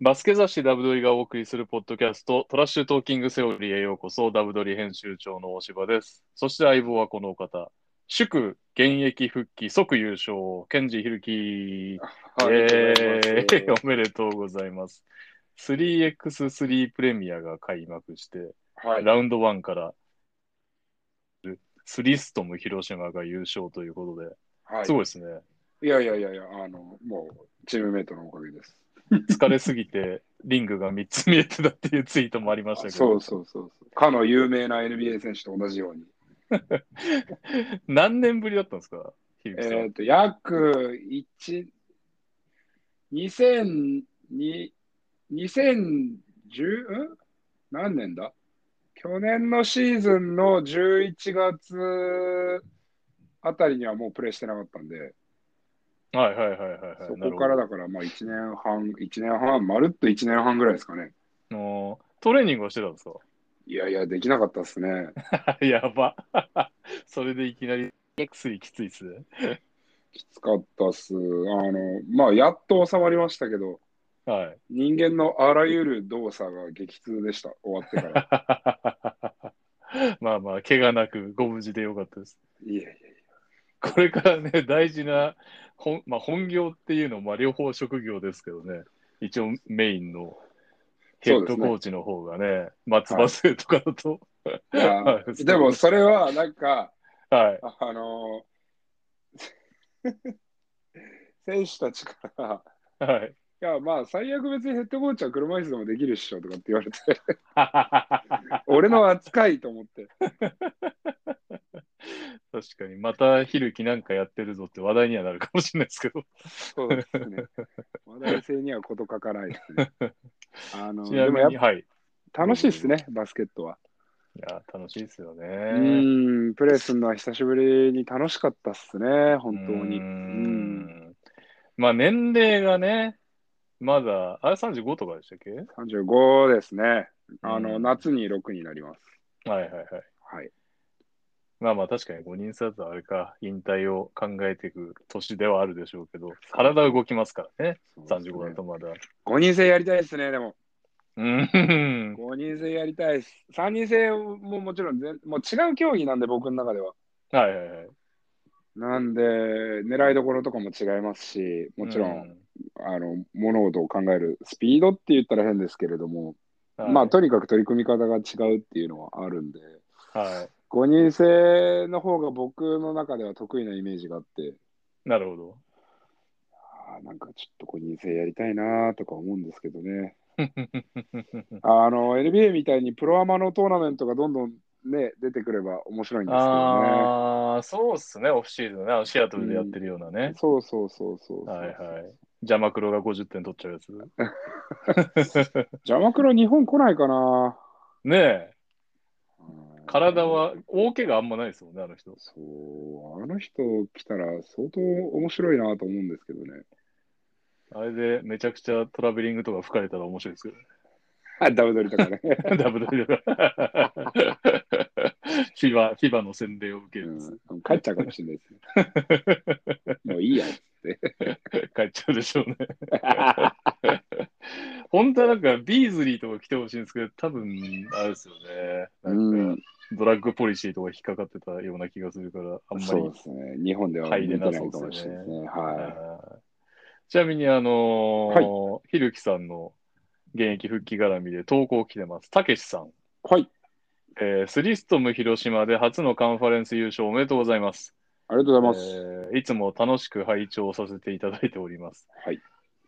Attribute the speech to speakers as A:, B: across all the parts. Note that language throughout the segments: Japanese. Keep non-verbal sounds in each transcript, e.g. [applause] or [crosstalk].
A: バスケ雑誌ダブドリがお送りするポッドキャスト、トラッシュトーキングセオリーへようこそ、ダブドリ編集長の大柴です。そして相棒はこの方、祝現役復帰即優勝、ケンジヒルキ
B: はい、
A: えーおめでとうございます。3x3 プレミアが開幕して、
B: はい、
A: ラウンド1からスリストム広島が優勝ということで、
B: はい
A: すごいですね。
B: いやいやいやいや、あの、もう、チームメイトのおかげです。
A: 疲れすぎて、リングが3つ見えてたっていうツイートもありましたけど。
B: そうそうそうそう。かの有名な NBA 選手と同じように。
A: 何年ぶりだったんですか、ひびきさん。
B: えっ、と、約1、2002、2010、ん何年だ去年のシーズンの11月あたりにはもうプレイしてなかったんで、
A: はいはいはいはいはい。
B: そこから
A: なる
B: だから、まあ1年半、一年半、まるっと1年半ぐらいですかね。
A: ほどのトレーニングをしてたんです
B: いやいや、できなかったですね。
A: か [laughs] やば。 [laughs] それでいきなり、薬きついっすね。
B: きつかったっす。あの、まあ、やっと収まりましたけど、
A: はい。 [laughs]
B: 人間のあらゆる動作が激痛でした、終わって
A: [laughs]
B: から。
A: まあまあ、怪我なくご無事でよかったです。
B: いやいやい
A: これからね、大事な本,、まあ、本業っていうのも、まあ、両方職業ですけどね、一応メインのヘッドコーチの方がね、松葉生とかだと。[laughs]
B: や。いやでも、それは、なんか、
A: はい。
B: あの [laughs] 選手たちから、
A: はい
B: いや、まあ、最悪別にヘッドコーチは車椅子でもできるっしょとかって言
A: [laughs]
B: われて、俺の扱いと思って。
A: 確かに、またひるきなんかやってるぞって話題にはなるかもしれないですけど。
B: そうです
A: [laughs]
B: ね。話題性には事欠かないですね。あの、
A: ちな
B: でも
A: み
B: やっ
A: に、はい。い
B: ぱ楽しいですね、バスケットは。
A: や、楽しいですよね。
B: うーん、プレーするのは久しぶりに楽しかったっすね、本当に。
A: うー
B: うん、
A: んまあ、年齢がね、まだ、あれ35とかでしたっけ
B: 35ですね。あの、
A: うん
B: 夏に6になります。
A: はいはいはい。
B: はい。
A: まあまあ、確かに5人差だとあれか、引退を考えていく年ではあるでしょうけど、体動きますからね、35だとまだ。
B: 5人制やりたいですね、でも。
A: うん。
B: 5人制やりたいです。3人制ももちろん全、もう違う競技なんで、僕の中では。
A: はいはいはい。
B: なんで、狙いどころとかも違いますし、もちろん、あの、物事を考えるスピードって言ったら変ですけれども、
A: うん。
B: ま
A: は
B: あ、とにかく取り組み方が違うっていうのはあるんで。
A: い、は
B: 5人制の方が僕の中では得意なイメージがあって、
A: い。なるほ
B: [laughs]
A: ど。
B: あーなんかちょっと5人制やりたいなーとか思うんですけどね。あの、NBA みたいにプロアマのトーナメントがどんどんね、出てくれば面白いんですけど
A: ああ、そうっすね、オフシーズンね、あのシアトルでやってるような
B: ね
A: ね。。
B: そうそうそうそうそう。
A: はいはい。ジャマクロが50点取っちゃうやつ。
B: [laughs] 邪魔くろ日本来ないかな
A: ねえ、
B: うん
A: 体は大怪我あんまないですもんね、あの人。
B: そう、あの人来たら相当面白いなと思うんですけどね。 [laughs]
A: あれでめちゃくちゃトラベリングとか吹かれたら面白いですけ
B: あ、ダブドリとか
A: [laughs]
B: ね。 [laughs]
A: ど、ダブルとか。 [laughs] フィバ、フィバの洗礼を受け
B: う
A: るやつ、
B: ん、帰っちゃうかもしれないですね。もういいや。
A: 帰っちゃうでしょうね。本当はなんかビーズリーとか来てほしいんですけど、多分あれですよね。
B: う
A: なん
B: ん
A: か、ドラッグポリシーとか引っかかってたような気がするから、あんま
B: そう
A: り
B: ですね。日本では
A: 入
B: 見
A: れ
B: て
A: な
B: な
A: そう
B: い
A: で
B: か
A: すね
B: もしれないですね。は
A: ちなみに、あのーひるきさんの現役復帰絡みで投稿来てます。たけしさん、
B: い。はい。
A: えースリストム広島で初のカンファレンス優勝おめでとうございます。
B: ありがとうございます。
A: えーいつも楽しく拝聴させていただいております。
B: はい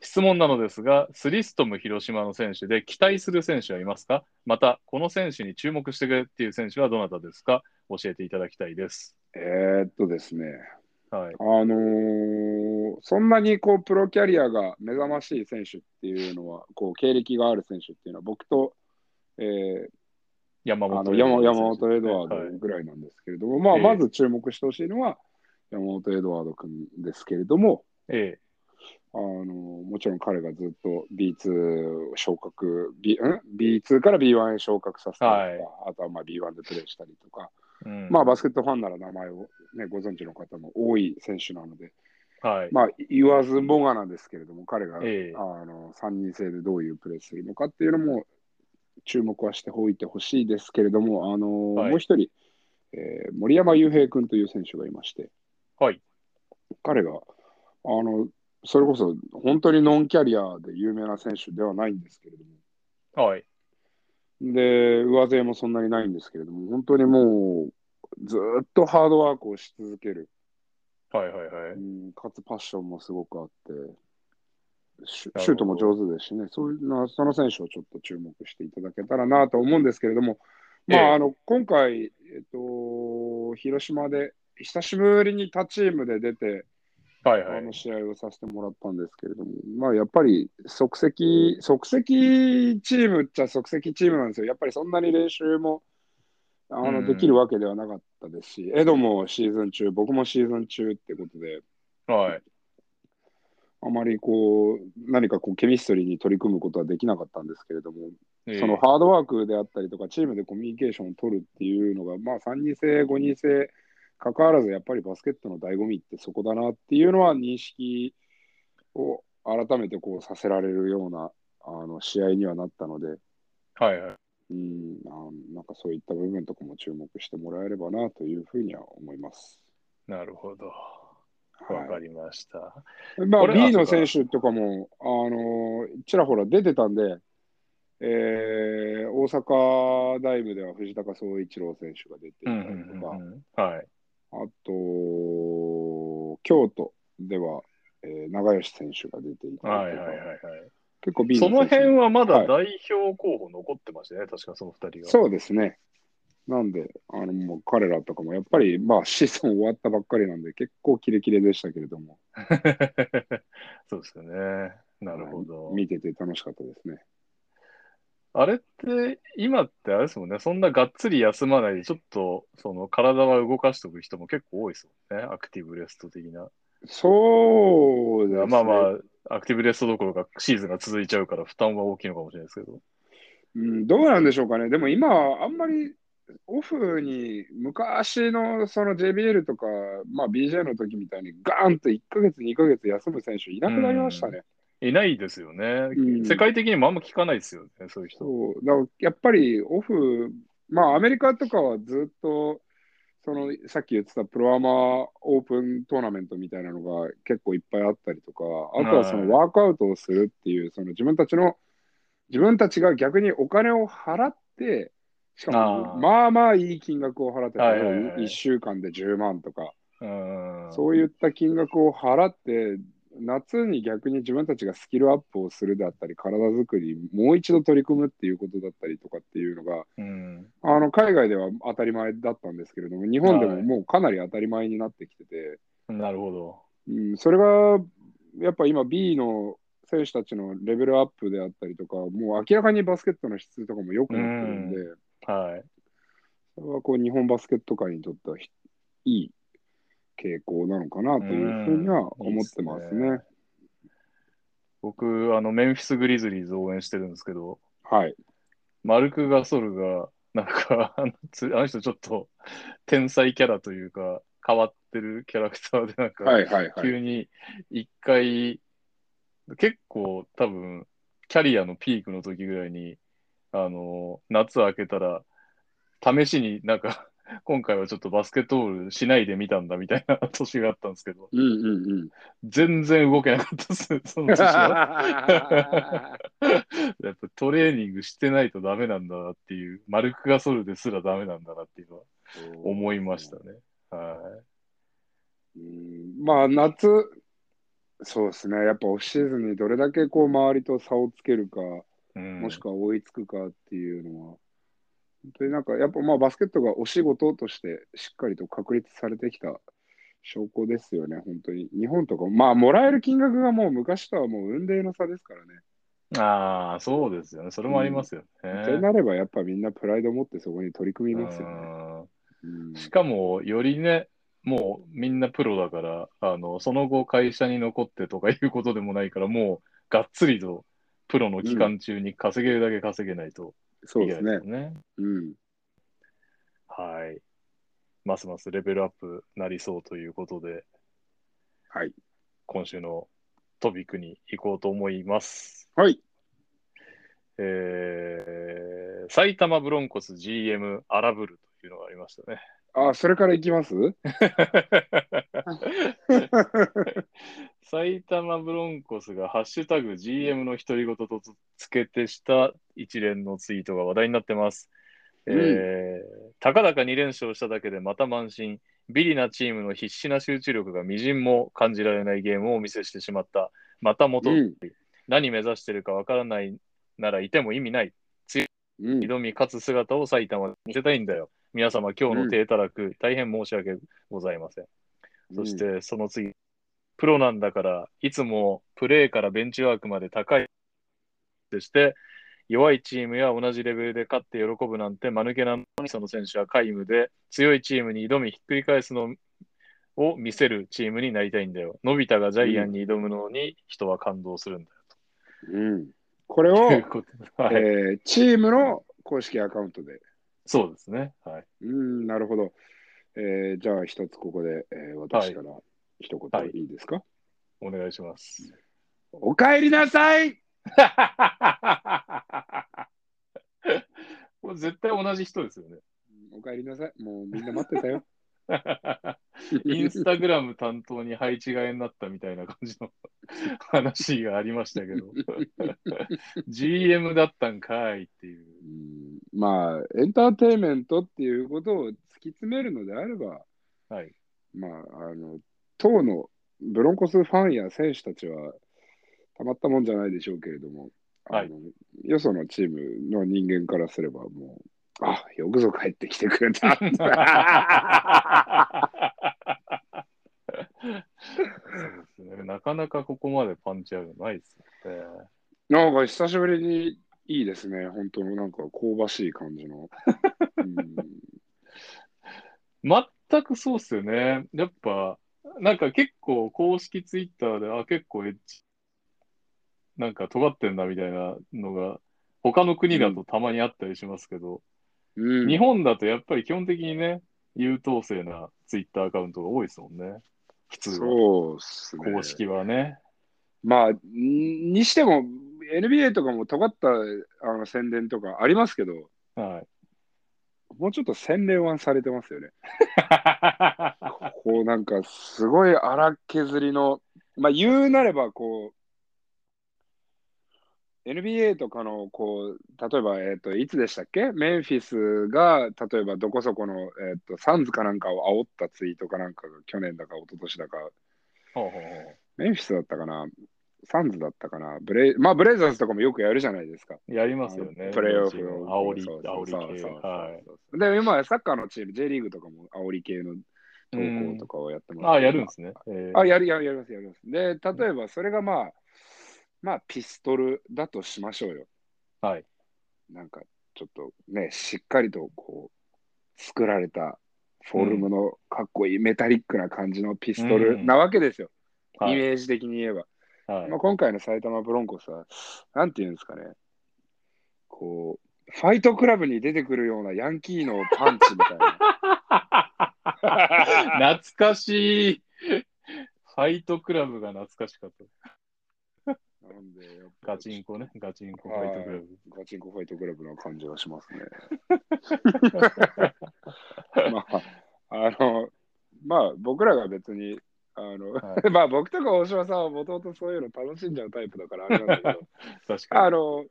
A: 質問なのですが、スリストム広島の選手で期待する選手はいますかまた、この選手に注目してくれっていう選手はどなたですか教えていただきたいです。
B: えーっとですね。
A: はい。
B: あのーそんなにこうプロキャリアが目覚ましい選手っていうのは、こう経歴がある選手っていうのは、僕と、えー
A: 山
B: あ
A: 本
B: の
A: エドワー
B: 山
A: ド
B: 山
A: 選手
B: 本エドワ
A: はい
B: ードぐらいなんですけれども、ま
A: え
B: あ、
A: え
B: まず注目してほしいのは山本エドワード君ですけれども、
A: え
B: あのーもちろん彼がずっと B2 を昇格、B ん B2 から B1 へ昇格させたりとか、あとはまあ B1 でプレーしたりとか、
A: えうん
B: まあ、バスケットファンなら名前を、ね、ご存知の方も多い選手なので、
A: はい。
B: まあ、言わずもがなんですけれども、彼が、
A: ええ
B: あの3人制でどういうプレーするのかっていうのも注目はしておいてほしいですけれども、あの
A: はい
B: もう一人、えー森山雄平君という選手がいまして、
A: はい。
B: 彼があのそれこそ本当にノンキャリアで有名な選手ではないんですけれども、
A: はい。
B: で、上背もそんなにないんですけれども、本当にもう、ずーっとハードワークをし続ける、
A: はい。はい。は
B: う
A: い。
B: ん、かつパッションもすごくあって、
A: なるほど
B: シュシュートも上手ですしね、そういうなその選手をちょっと注目していただけたらなと思うんですけれども、まあ、
A: ええ
B: あの今回、えっと、広島で久しぶりに他チームで出て、
A: はい。は
B: あ
A: い
B: の。試合をさせてもらったんですけれども、まあやっぱり即席、即席チームっちゃ即席チームなんですよ。やっぱりそんなに練習もあ
A: う
B: の
A: ん
B: できるわけではなかったですし、エドもシーズン中、僕もシーズン中ってことで、
A: はい。
B: あまりこう、何かこう、ケミストリーに取り組むことはできなかったんですけれども、
A: ええ
B: そのハードワークであったりとか、チームでコミュニケーションを取るっていうのが、まあ、3人制、5人制、関わらず、やっぱりバスケットの醍醐味ってそこだなっていうのは、認識を改めてこうさせられるようなあの試合にはなったので、
A: はい。はい。
B: うんあのなんかそういった部分とかも注目してもらえればなというふうには思います。
A: なるほど。わ
B: は
A: かりました。
B: いまあ、
A: これあ
B: B の
A: そう
B: 選
A: か
B: 手とかも、あのちらほら出てたんで、えー大阪大部では藤高総一郎選手が出ていた
A: うん
B: り
A: うん
B: とか、
A: うんうんはい。
B: あと、京都では、えー長吉選手が出ていた
A: はい。は
B: り
A: い。
B: とか、
A: はい。はい。
B: 結構 B の
A: そ
B: 選手
A: の辺はま
B: は
A: だ
B: い
A: 代表候補残ってましたね。確かその二人が。
B: そうですね。なんで、あのもう彼らとかもやっぱり、まあ、 [laughs] シーズン終わったばっかりなんで、結構キレキレでしたけれども、
A: [laughs] そうですよね。なるほど。
B: 見てて楽しかったですね。
A: あれって、今ってあれですもんね。そんながっつり休まないで、ちょっと、その体は動かしておく人も結構多いですもんね。アクティブレスト的な。
B: そうですね。
A: まあまあ、アクティブレストどころかシーズンが続いちゃうから負担は大きいのかもしれないですけど。
B: うん、どうなんでしょうかね。でも今、あんまりオフに昔のその JBL とか、まあ、BJ の時みたいにガーンと1ヶ月、2ヶ月休む選手いなくなりましたね。
A: いないですよね。
B: うん
A: 世界的にもあんま聞かないですよね、そういう人。
B: そうだからやっぱりオフ、まあ、アメリカとかはずっとそのさっき言ってたプロアマオープントーナメントみたいなのが結構いっぱいあったりとか、あとはそ
A: はい
B: のワークアウトをするっていう、その自分たちの、自分たちが逆にお金を払って、しか
A: あ
B: も
A: ー
B: まあまあいい金額を払って、
A: はいはいはい
B: 1週間で10万とか、
A: うん。
B: そういった金額を払って、夏に逆に自分たちがスキルアップをするであったり、体作り、もう一度取り組むっていうことだったりとかっていうのが、
A: うん。
B: あの海外では当たり前だったんですけれども、日本で
A: は
B: も
A: い
B: もうかなり当たり前になってきてて、
A: なるほど。
B: うん、それがやっぱ今、B の選手たちのレベルアップであったりとか、もう明らかにバスケットの質とかも良くなってるんで、
A: はい。
B: それはこう日本バスケット界にとってはひいい傾向なのかなというふうには思ってます
A: うんいい
B: ね
A: っ。僕、あの、メンフィス・グリズリーズ応援してるんですけど、
B: はい
A: マルク・ガソルが、なんか、 [laughs] あのつあの人ちょっと天才キャラというか、変わってるキャラクターで、なんか、
B: はいはいはい。
A: 急に一回、結構多分、キャリアのピークの時ぐらいに、あの、夏明けたら、試しになんか、 [laughs] 今回はちょっとバスケットボールしないでみたんだみたいな [laughs] 年があったんですけど、
B: うんうん
A: [laughs]
B: うん。
A: 全然動けなかったです、 [laughs] その年
B: [laughs]
A: は。やっぱトレーニングしてないとダメなんだなっていう、マルク・ガソルですらダメなんだなっていうのは
B: [laughs]
A: 思いましたね。は
B: うん。まあ夏、そうですね。やっぱオフシーズンにどれだけこう周りと差をつけるか、
A: い。うん
B: もしくは追いつくかっていうのは、本当になんかやっぱまあバスケットがお仕事としてしっかりと確立されてきた証拠ですよね、本当に。日本とか、まあもらえる金額がもう昔とはもう雲泥の差ですからね。
A: ああ、そうですよね。それもありますよね。
B: ってなればやっぱみんなプライドを持ってそこに取り組みますよね。
A: うんし
B: う
A: かも、よりね、もうみんなプロだから、あの、その後会社に残ってとかいうことでもないから、もうがっつりとプロの期間中に稼げるだけ稼げないと
B: ん、
A: い
B: そう
A: け
B: で
A: ないで
B: す
A: す
B: ね
A: よ。ね。
B: うん。
A: はい。ますますレベルアップなりそうということで。
B: はい。
A: 今週のトピックに行こうと思います。
B: はい。
A: えー、埼玉ブロンコス GM アラブルというのがありましたね。
B: あ、それからいきます
A: [laughs] 埼玉ブロンコスがハッシュタグ GM の独り言とつけてした一連のツイートが話題になってます。
B: うん
A: えーたかだか2連勝しただけでまた満身、ビリなチームの必死な集中力がみじんも感じられないゲームをお見せしてしまった。また元、
B: うん
A: 何目指してるかわからないならいても意味ない。
B: うん。
A: 挑み勝つ姿を埼玉に見せたいんだよ。皆様、今日の低たらく、大変申し訳ございません。そし
B: うん、
A: てその次、プロなんだから、いつもプレーからベンチワークまで高いでして、弱いチームや同じレベルで勝って喜ぶなんて間抜けなのに、その選手は皆無で、強いチームに挑み、ひっくり返すのを見せるチームになりたいんだよ。のび太がジャイアンに挑むのに人は感動するんだよ。
B: うん、これ
A: と
B: を
A: いう、こと [laughs] はい、
B: えーチームの公式アカウントで。
A: そうですね。はい。
B: うん、なるほど。えーじゃあ、一つここで、えー私から一言
A: はい
B: いいですか、
A: お願いします。 [laughs]
B: おかえりなさい
A: これ絶対同じ人ですよね。
B: おかえりなさい。もうみんな待ってたよ。
A: [laughs] インスタグラム担当に配置換えになったみたいな感じの話がありましたけど、GM だったんかいっていう。
B: うんまあ、エンターテインメントっていうことを突き詰めるのであれば、
A: はい。
B: まあ、あの、当のブロンコスファンや選手たちは、たまったもんじゃないでしょうけれども、あの
A: はい
B: よそのチームの人間からすれば、もう、あよくぞ帰ってきてく
A: [laughs]
B: れた。
A: そうですねなかなかここまでパンチあるのないですよね。
B: なんか久しぶりにいいですね、本当のなんか香ばしい感じの。うん
A: 全くそうっすよね。やっぱ、なんか結構公式ツイッターで、あ、結構エッチ、なんか尖ってんなみたいなのが、他の国だとたまにあったりしますけど、
B: うん
A: 日本だとやっぱり基本的にね、優等生なツイッターアカウントが多いですもんね。普通は。
B: そうっすね。
A: 公式はね。
B: まあ、んにしても、NBA とかも尖ったあの宣伝とかありますけど、 [laughs]
A: はい。
B: もうちょっと洗練はされてますよね。こうなんかすごい荒削りの、まあ言うなればこう、NBA とかのこう、例えば、えっ、と、いつでしたっけメンフィスが、例えばどこそこの、えっ、と、サンズかなんかを煽ったツイートかなんかが去年だか一昨年だか、
A: ほうほうほ
B: メンフィスだったかなサンズだったかなブレイまあ、ブレイザーズとかもよくやるじゃないですか。
A: うやりますよね。
B: プレーオフ
A: の
B: の。
A: 煽り、
B: そう
A: 煽
B: そう
A: り
B: そ
A: 系。
B: うそうそう
A: はい。
B: で、今サッカーのチーム、J リーグとかも煽り系の投稿とかをやってます、
A: ああ、やるんですね。えー
B: あ、やる、やる、やります、やります。で、例えばそれがまあ、まあ、ピストルだとしましょうよ。
A: はい。
B: なんか、ちょっとね、しっかりとこう、作られたフォルムのかっこいいメタリックな感じのピスト
A: う
B: ル
A: ん
B: なわけですよ。
A: は
B: イ
A: い。
B: メージ的に言えば。
A: はい
B: まあ、今回の埼玉ブロンコスは、なんていうんですかね、こう、ファイトクラブに出てくるようなヤンキーのパンチみたい
A: [laughs]
B: な。
A: 懐かしい。ファイトクラブが懐かしかった。
B: なんでやっぱ
A: ガチンコね。ガチンコフ
B: はい
A: ァイトクラブ。
B: ガチンコファイトクラブな感じがします
A: [laughs]
B: ね。まあ、あの、まあ、僕らが別に、あの、
A: は
B: [laughs] まあ、僕とか大島さんはもともとそういうの楽しんじゃうタイプだからあれな
A: [laughs]
B: んだけど、
A: 確か
B: あ
A: に。
B: の、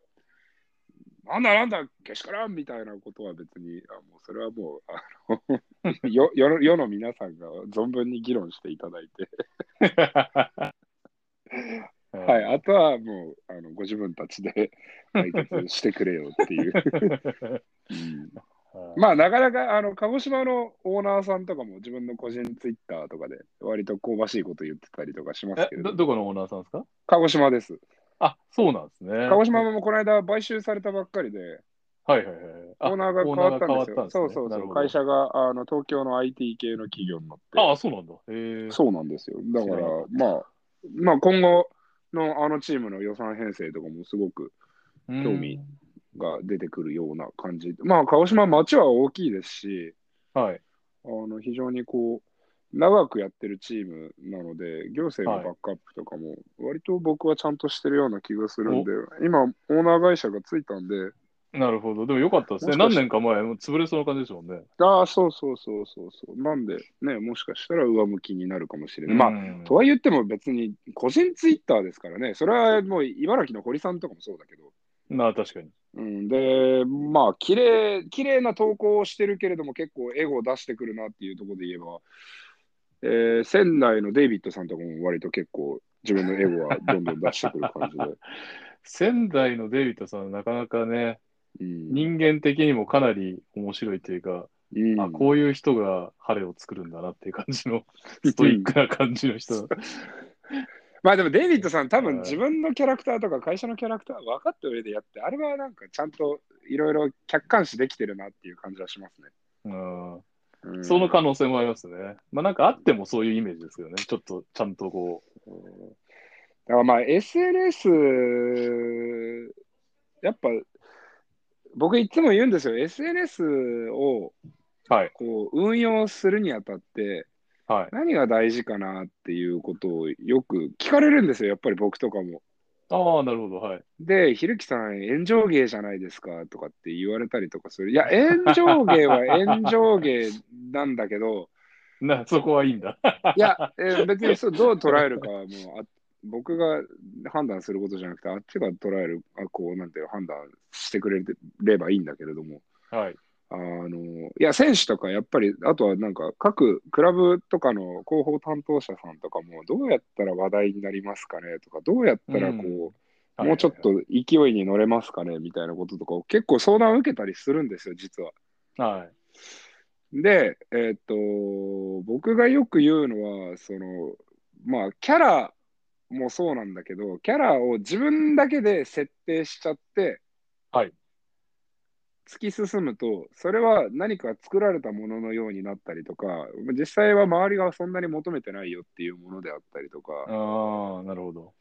B: なんだなんだ、けしからんみたいなことは別に、あもうそれはもう、あ
A: [laughs]
B: のよ世の世の皆さんが存分に議論していただいて、は、
A: はい
B: あとはもうあのご自分たちで解決してくれよって
A: [laughs]
B: いう。うんまあなかなかあの鹿児島のオーナーさんとかも自分の個人ツイッターとかで割と香ばしいこと言ってたりとかしますけ
A: え
B: れ
A: ど
B: ど
A: どこのオーナーさんですか
B: 鹿児島です
A: あそうなんですね。
B: 鹿児島もこの間買収されたばっかりで
A: はいはいはい。
B: オ
A: あ
B: ーナーが変わったんですよ
A: オーナーが変わったんです
B: そ
A: ね
B: うそう
A: な
B: そ
A: るほ
B: う
A: ど
B: 会社があの東京の IT 系の企業になって
A: ああ、そうなんだ。へえ。
B: そうなんですよだから
A: 知らなかった
B: まあまあ今後のあのチームの予算編成とかもすごく
A: うん
B: 興味が出てくるような感じまあ鹿児島町は大きいですし
A: はい。
B: あの非常にこう、長くやってるチームなので、行政のバックアップとかも、割と僕はちゃんとしてるような気がするんで、今、オーナー会社がついたんで、
A: なるほど。でもよかったですね。
B: もしか
A: 何
B: して
A: 年か前、もう潰れそうな感じですもんね。
B: ああ、そうそうそうそうそう。なんで、ね、もしかしたら上向きになるかもしれない。まあ、
A: あ
B: とは言っても別に個人ツイッターですからね、それはもう茨城の堀さんとかもそうだけど、
A: まあ確かに。
B: うん、で、まあ、綺麗綺麗な投稿をしてるけれども、結構エゴを出してくるなっていうところで言えば、えー仙台のデイビッドさんとかも割と結構自分のエゴはどんどん出してくる感じで。
A: 仙台のデイビッドさん、なかなかね、
B: うん
A: 人間的にもかなり面白いというか、
B: うん
A: あこういう人が晴れを作るんだなっていう感じの、ストイックな感じの人。
B: まあでもデイビッドさん多分自分のキャラクターとか会社のキャラクター分かった上でやって、あれはなんかちゃんといろいろ客観視できてるなっていう感じはしますね。
A: うん
B: うん
A: その可能性もありますね。まあなんかあってもそういうイメージですよね。ちょっとちゃんとこ
B: うんだからまあ SNS、やっぱ僕いつも言うんですよ、SNS を
A: う。はい。
B: こう運用するにあたって
A: はい。
B: 何が大事かなっていうことをよく聞かれるんですよ、やっぱり僕とかも。
A: ああ、なるほど。はい。
B: で、ひるきさん、炎上芸じゃないですかとかって言われたりとかする。いや、炎上芸は炎上芸なんだけど、
A: なそこはいいんだ。 [laughs]
B: いや、えー別にそうどう捉えるかはもうあ僕が判断することじゃなくて、あっちが捉える、あこうなんていうの判断してくれればいいんだけれども、
A: はい。
B: あのいや、選手とかやっぱり、あとはなんか各クラブとかの広報担当者さんとかも、どうやったら話題になりますかねとか、どうやったらこう、
A: うん
B: もうちょっと勢いに乗れますかねみたいなこととかを結構相談を受けたりするんですよ、実は。
A: と。はい。
B: で、えーっと、僕がよく言うのは、その、まあ、キャラもそうなんだけど、キャラを自分だけで設定しちゃって、
A: はい
B: 突き進むと、それは何か作られたもののようになったりとか、実際は周りがそんなに求めてないよっていうものであったりとか、
A: ああ、なるほど。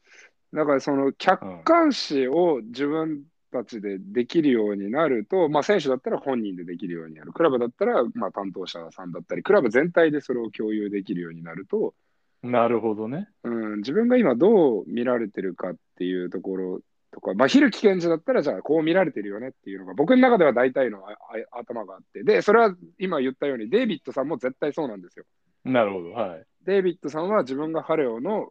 B: だからその客観視を自分たちでできるようになると、まあ選手だったら本人でできるようになる、クラブだったらまあ担当者さんだったり、クラブ全体でそれを共有できるようになると、
A: なるほどね。
B: うん、自分が今どう見られてるかっていうところとか、まあ、昼木健二だったら、じゃあこう見られてるよねっていうのが、僕の中では大体のああ頭があって、で、それは今言ったように、デイビッドさんも絶対そうなんですよ。
A: なるほど。はい。
B: デイビッドさんは自分がハレオの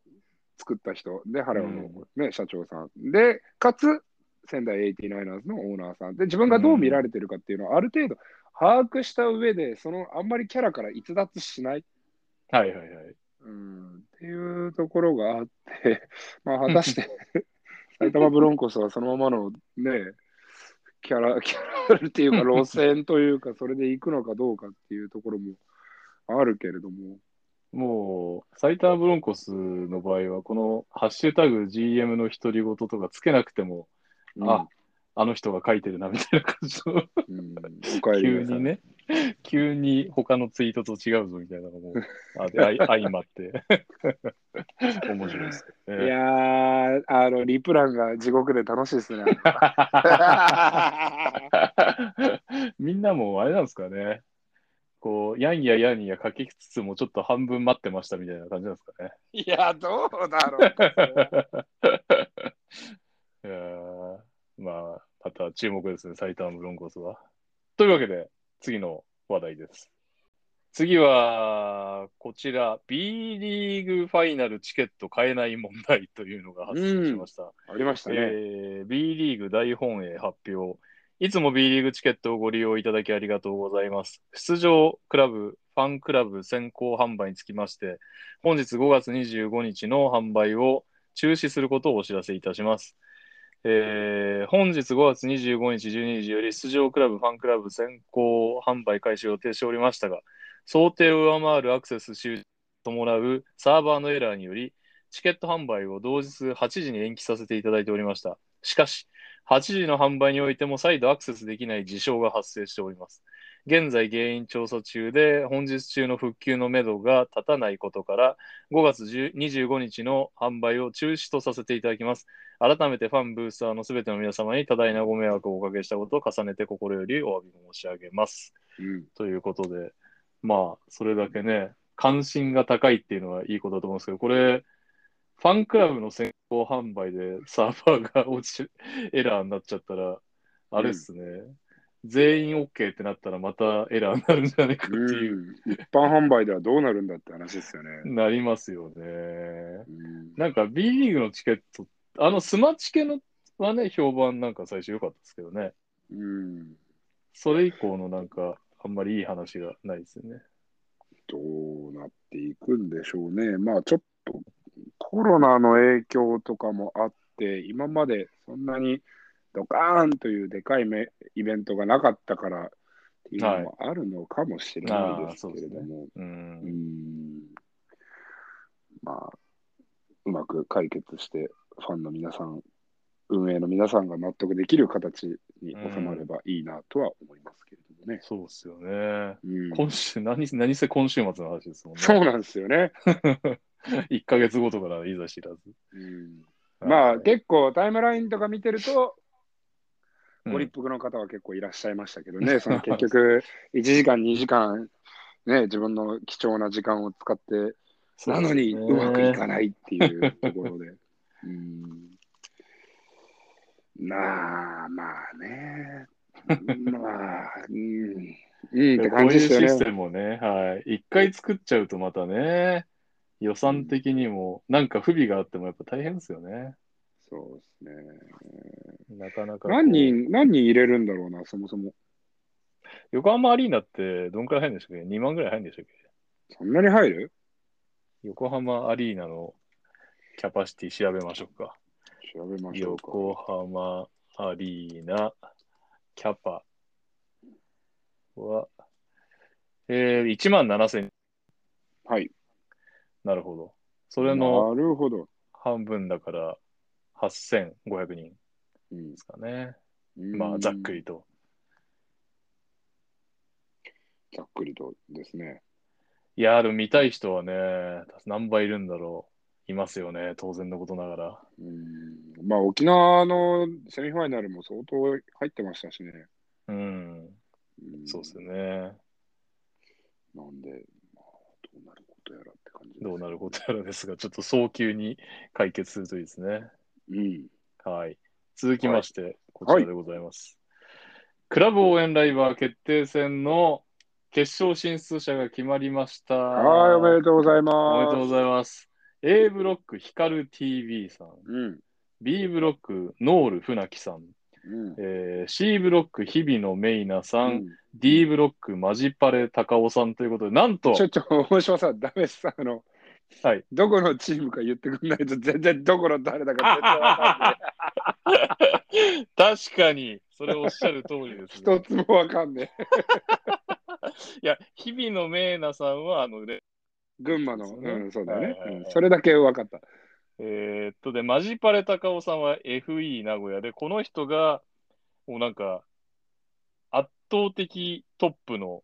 B: 作った人で、ハレオの、ね社長さんで、かつ仙台 89ers のオーナーさんで、自分がどう見られてるかっていうのをある程度把握した上で、そのあんまりキャラから逸脱しない、
A: はいはいはい。
B: うん、っていうところがあって、 [laughs] まあ果たして埼玉ブロンコスはそのままのね、キャラ、キャラっていうか路線というか、それで行くのかどうかっていうところもあるけれども、
A: もう、埼玉ブロンコスの場合は、このハッシュタグ GM の独り言とかつけなくても、あ、あの人が書いてるなみたいな感じの、
B: うん、おかえり
A: 急
B: なさい
A: に。ね、 [laughs] 急に他のツイートと違うぞみたいなのも、あであ
B: [laughs]
A: い相まって、面白いですね。
B: いやー、あの、リプランが地獄で楽しいですね。
A: [laughs] みんなもあれなんですかね。こう、やんややんやかけつつも、ちょっと半分待ってましたみたいな感じなんですかね。
B: いや、どうだろうかそれは。
A: [laughs] いやーまあ、また注目ですね、埼玉ブロンコスは。というわけで、次の話題です。次は、こちら、B リーグファイナルチケット買えない問題というのが発生しました。
B: ありましたね。
A: えー B リーグ大本営発表。いつも B リーグチケットをご利用いただきありがとうございます。出場クラブ、ファンクラブ先行販売につきまして、本日5月25日の販売を中止することをお知らせいたします。えー本日5月25日12時より出場クラブ、ファンクラブ先行販売開始を予定しておりましたが、想定を上回るアクセス集伴うサーバーのエラーにより、チケット販売を同日8時に延期させていただいておりました。しかし、8時の販売においても再度アクセスできない事象が発生しております。現在原因調査中で、本日中の復旧のめどが立たないことから、5月10 25日の販売を中止とさせていただきます。改めてファンブースターのすべての皆様に多大なご迷惑をおかけしたことを重ねて心よりお詫び申し上げます。
B: うん
A: ということで、まあ、それだけね、関心が高いっていうのはいいことだと思うんですけど、これ、ファンクラブの先行販売で [laughs] サーバーが落ち、エラーになっちゃったら、あれっすね、全員 OK ってなったらまたエラーになるんじゃないかっていう、
B: うん一般販売ではどうなるんだって話ですよね。
A: なりますよね。
B: うん
A: なんか B リーグのチケット、あのスマチケのはね、評判なんか最初良かったですけどね。
B: うん、
A: それ以降のなんか、あんまりいい話がないですよね。
B: どうなっていくんでしょうね。まあちょっとコロナの影響とかもあって、今までそんなにドカーンというでかいめイベントがなかったからっていうのもあるのかもしれないですけれども、
A: う。
B: うんんまあ、うまく解決して、ファンの皆さん、運営の皆さんが納得できる形に収まればいいなとは思いますけれどもね。
A: そうっすよね。
B: うん
A: 今週、何、何せ今週末の話ですもんね。
B: そうなんですよね。 [laughs]
A: 1ヶ月後とかならいざ知らず。
B: うんまあ結構タイムラインとか見てると、
A: うん
B: ご立腹の方は結構いらっしゃいましたけどね、その結局1時間、2時間、ね、自分の貴重な時間を使って、なのにうまくいか
A: い。
B: ないっていうところ
A: [laughs]
B: で。うんなあ、ま
A: [laughs]
B: あね。まあ、うん、うんって
A: こ
B: 感
A: うい
B: じ
A: う
B: ですよね
A: シ。ステムをね、はい。一回作っちゃうとまたね、予算的にも、なんか不備があってもやっぱ大変ですよね。
B: そうですね。
A: なかなか。
B: 何人、何人入れるんだろうな、そもそも。
A: 横浜アリーナってどんくらい入るんでしたっけ ?2 万ぐらい入るんでしたっけ
B: そんなに入る
A: 横浜アリーナのキャパシティ調べましょうか。
B: 調べましょうか。
A: 横浜アリーナキャパは、えー、1万7000。
B: はい。
A: なるほど。それの
B: なるほど。
A: 半分だから8500人で
B: うん
A: すかね。
B: うん
A: まあ、ざっく。りと。
B: ざっくりとですね。
A: いやー、でも見たい人はね、何倍いるんだろう。いますよね。当然のことながら。
B: うんまあ、沖縄のセミファイナルも相当入ってましたしね。
A: うん。
B: ん
A: そうですよね。
B: なんで、まあ、どうなることやらって感じです
A: どうなることやらですが、ちょっと早急に解決するといいですね。
B: うん。
A: はい。続きまして、こちらでございます。クラブ応援ライバー決定戦の決勝進出者が決まりました。
B: はい、おめでとうござい
A: おめ
B: ま。
A: ですとうございます。A ブロック、ヒカル TV さん。
B: うん。
A: B ブロック、ノール、船木さん。
B: うん。
A: えー C ブロック、日比野メイナさん。
B: うん
A: D ブロック、マジパレ、高尾さんということで、なんと
B: ち、ょ、ちょ、大島さん、ダメです。あの、 [laughs]
A: はい、
B: どこのチームか言ってくんないと、全然どこの誰だか全然わか
A: [laughs]
B: んない。
A: 確かに、それおっしゃる通りです、
B: 一つもわかんない。
A: いや、日々のメイナさんは、あの、で
B: 群馬の、
A: そう
B: う
A: ですね
B: ん、そうだよね
A: はいはいはい。
B: うんそれだけわかった。
A: えーっと、で、マジパレ高尾さんは FE 名古屋で、この人が、もうなんか、圧倒的トップの、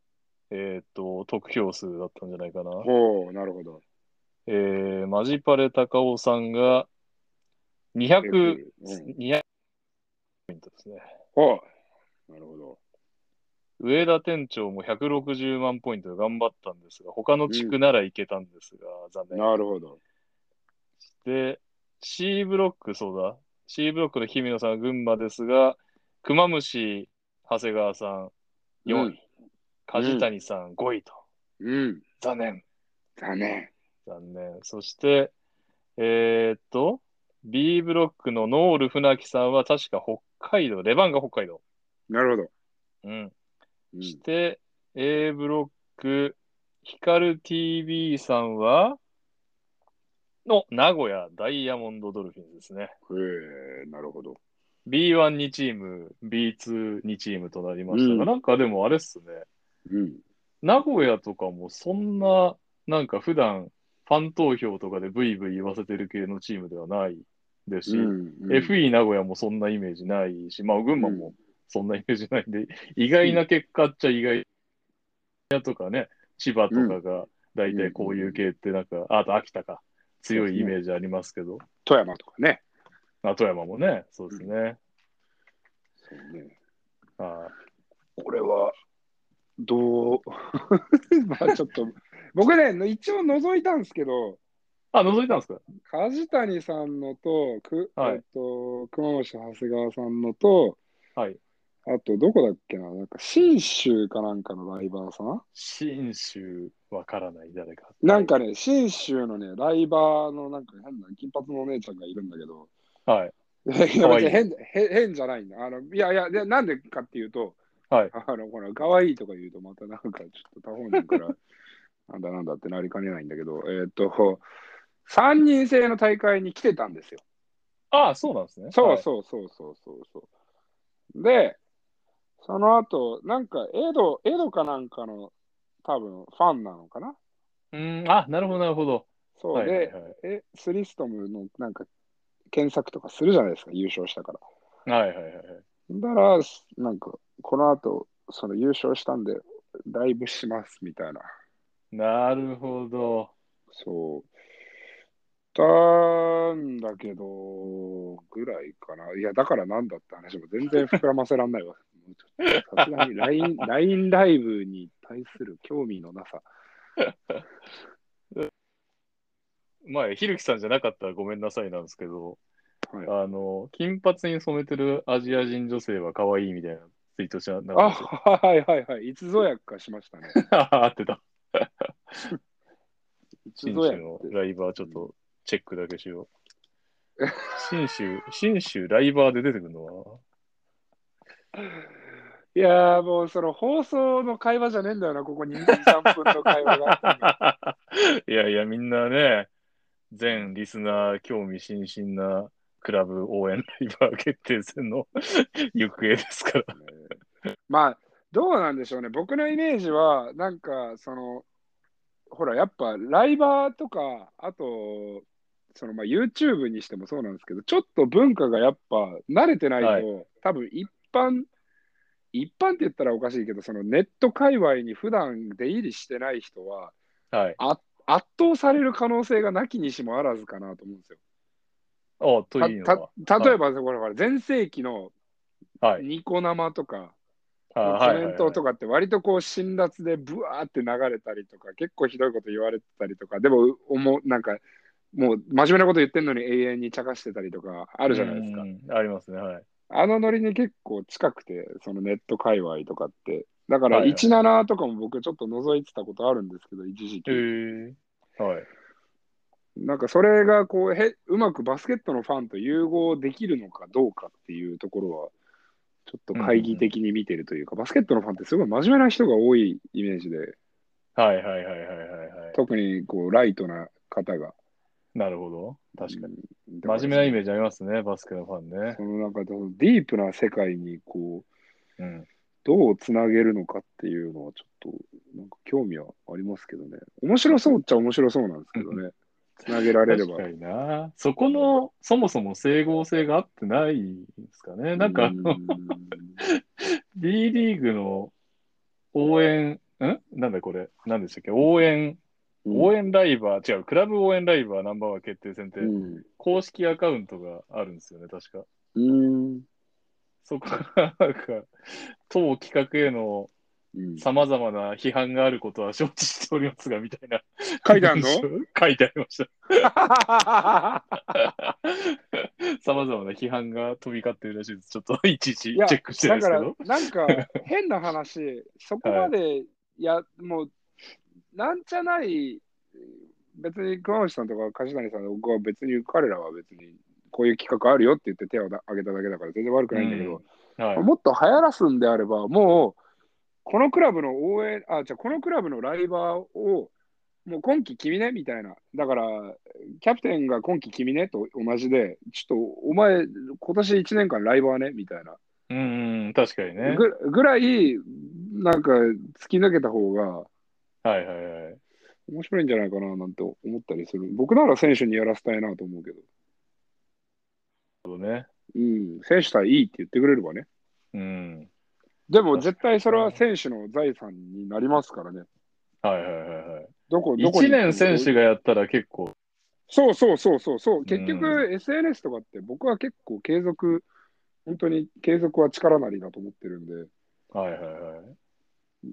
A: えーっと、得票数だったんじゃないかな。
B: ほう、なるほど。
A: えー、マジパレ高尾さんが、200、
B: うん
A: 200ポイントですね。
B: ほう、なるほど。
A: 上田店長も160万ポイントで頑張ったんですが、他の地区ならいけたんですが、残念。
B: なるほど。
A: で、C ブロック、そうだ。C ブロックの日比野さんは群馬ですが、熊虫、長谷川さん4位、梶谷さん5位と。
B: うん。
A: 残念。
B: だね。
A: 残念。そして、えーっと、B ブロックのノール船木さんは確か北海道、レバンが北海道。
B: なるほど。
A: うん。
B: うん
A: して、A ブロック、ヒカル TV さんは、の名古屋ダイヤモンドドルフィンズですね。
B: へえ、なるほど。
A: B12 チーム、B22 チームとなりましたが、
B: うん
A: なんかでもあれっすね、
B: うん。
A: 名古屋とかもそんな、なんか普段ファン投票とかでブイブイ言わせてる系のチームではないですし、
B: うん、
A: FE 名古屋もそんなイメージないし、まあ群馬もそんなイメージないんで、意外な結果っちゃ意外やとかね、千葉とかが大体こういう系ってなんか、ああと秋田か、強いイメージありますけど、
B: 富山とかね。
A: あ富山もね、そうですね。
B: そうね
A: はい
B: これは、どう [laughs] まあちょっと、僕ね、一応覗いたんですけど、
A: あ、覗いたんですか
B: 梶谷さんのと、く
A: はい
B: えっと熊本長谷川さんのと、
A: はい。
B: あと、どこだっけな、なんか、信州かなんかのライバーさん
A: 信州、わからない、誰か。
B: なん、かね、信州のね、ライバーのなんか変な金髪のお姉ちゃんがいるんだけど、
A: はい。
B: いやいや
A: 可愛い
B: 別に変変変じゃないんだ。あのいやいやで、なんでかっていうと、
A: はい
B: [laughs] あのほら、可愛いとか言うと、またなんかちょっと他方人から [laughs] なんだなんだってなりかねないんだけど、えーっと、3人制の大会に来てたんですよ。
A: ああ、そうなんですね。
B: そ
A: はい
B: うそうそうそうそうそう。で、その後、なんか、エド、エドかなんかの、多分ファンなのかな
A: う。ん、あ、なるほど、なるほど。
B: そう、
A: はいはい
B: で、
A: はい。
B: え、スリストムのなんか、検索とかするじゃないですか、優勝したから。
A: はいはいはいはい。
B: だから、なんか、この後、その優勝したんで、ライブしますみたいな。
A: なるほど。
B: そう。たんだけど、ぐらいかな。いや、だからなんだって話も全然膨らませらんないわ。もうちょっとさすがに LINE LINE ライブに対する興味のなさ。
A: 前、ひるきさんじゃなかったらごめんなさいなんですけど、
B: はい
A: あの、金髪に染めてるアジア人女性は可愛いみたいなツイートしなな
B: あ、
A: かったです
B: はいはいはい。いつぞやかしましたね。
A: あ [laughs] あ、合って
B: [laughs]
A: た。
B: いつ
A: 信
B: ぞや
A: 州
B: っ
A: の
B: て。
A: ライバーちょっとチェックだけしよ
B: [laughs]
A: う。信州、信州ライバーで出てくるのはい
B: やーもうその放送の会話じゃねえんだよな、ここ2、3分の会話が。
A: [laughs] いやいや、みんなね、全リスナー興味津々なクラブ応援ライバー決定戦の [laughs] 行方ですから。
B: [laughs] まあどうなんでしょうね僕のイメージはなんかそのほらやっぱライバーとかあとそのまあ YouTube にしてもそうなんですけどちょっと文化がやっぱ慣れてないと、
A: はい
B: 多分一般一般って言ったらおかしいけどそのネット界隈に普段出入りしてない人は
A: はい。
B: 圧倒される可能性がなきにしもあらずかなと思うんですよ。
A: おというの
B: た
A: は。
B: た例えば、ほらほら全盛期の
A: はい。
B: ニコ生とか、
A: あ
B: コ
A: はいはい
B: メ
A: はい
B: ントとかって割とこう辛辣でブワーって流れたりとか結構ひどいこと言われてたりとかでもう思うなんかもう真面目なこと言ってんのに永遠に茶化してたりとかあるじゃないですか
A: うんありますね。はい。
B: あのノリに結構近くてそのネット界隈とかってだから
A: はいはい
B: 17とかも僕ちょっと覗いてたことあるんですけど一時期、
A: えー、はい。
B: なんかそれがこうへうまくバスケットのファンと融合できるのかどうかっていうところはちょっと懐疑的に見てるというか、バスケットのファンってすごい真面目な人が多いイメージで
A: はいはいはいはいはいはい。
B: 特にこうライトな方が。
A: なるほど。確かに。
B: に
A: 真面目なイ
B: ージ。
A: メージありますね、バスケのファンね
B: そ。のなんかそのディープな世界にこう
A: うん。
B: どうつなげるのかっていうのはちょっとなんか興味はありますけどね。面白そうっちゃ面白そうなんですけど
A: [laughs]
B: ね。つなげられれ
A: 確
B: ば。
A: かにな。そこの、そもそも整合性が合ってないんですかね。なんか、あ [laughs]
B: うーん
A: の B リーグの応援、んなんだこれ、なんでしたっけ、応援、応援ライバー、違う、クラブ応援ライバーナンバーワン決定戦って
B: う、ん
A: 公式アカウントがあるんですよね、確か。
B: うん
A: そこが、なんか、当企画への
B: うん
A: さまざまな批判があることは承知しておりますが、みたいな。
B: 書いて
A: [laughs]
B: あんの
A: 書いてありました。 [laughs] さまざまな批判が飛び交ってるらしいです。ちょっといちいちチェックしてない
B: だ
A: です
B: か
A: けど。、
B: らなんか変
A: [laughs]
B: な話、そこまで、い、や、もう、なんちゃない、別に熊内さんとか梶谷さんとかは別に彼らは別にこういう企画あるよって言って手をだ挙げただけだから全然悪くないんだけど、
A: はい、
B: もっと流行らすんであれば、もう、このクラブの応援、あ、じゃあこのクラブのライバーを、もう今季君ねみたいな。だから、キャプテンが今季君ねと同じで、ちょっとお前、今年1年間ライバーねみたいな。
A: うんうん、確かにね。
B: ぐぐらい、なんか突き抜けた方が
A: はいはいはい。
B: 面白いんじゃないかななんて思ったりする。僕なら選手にやらせたいなと思うけど。
A: そうね。
B: うん、選手対いいって言ってくれればね。
A: うん。
B: でも絶対それは選手の財産になりますからね。
A: はいはいはいはい。
B: どこ、どこ
A: 1年選手
B: が。
A: がやったら結構、
B: そうそうそうそうそう。結
A: う
B: 局 SNS とかって僕は結構継続、本当に継続は力なりだと思ってるんで、
A: はいはいはい。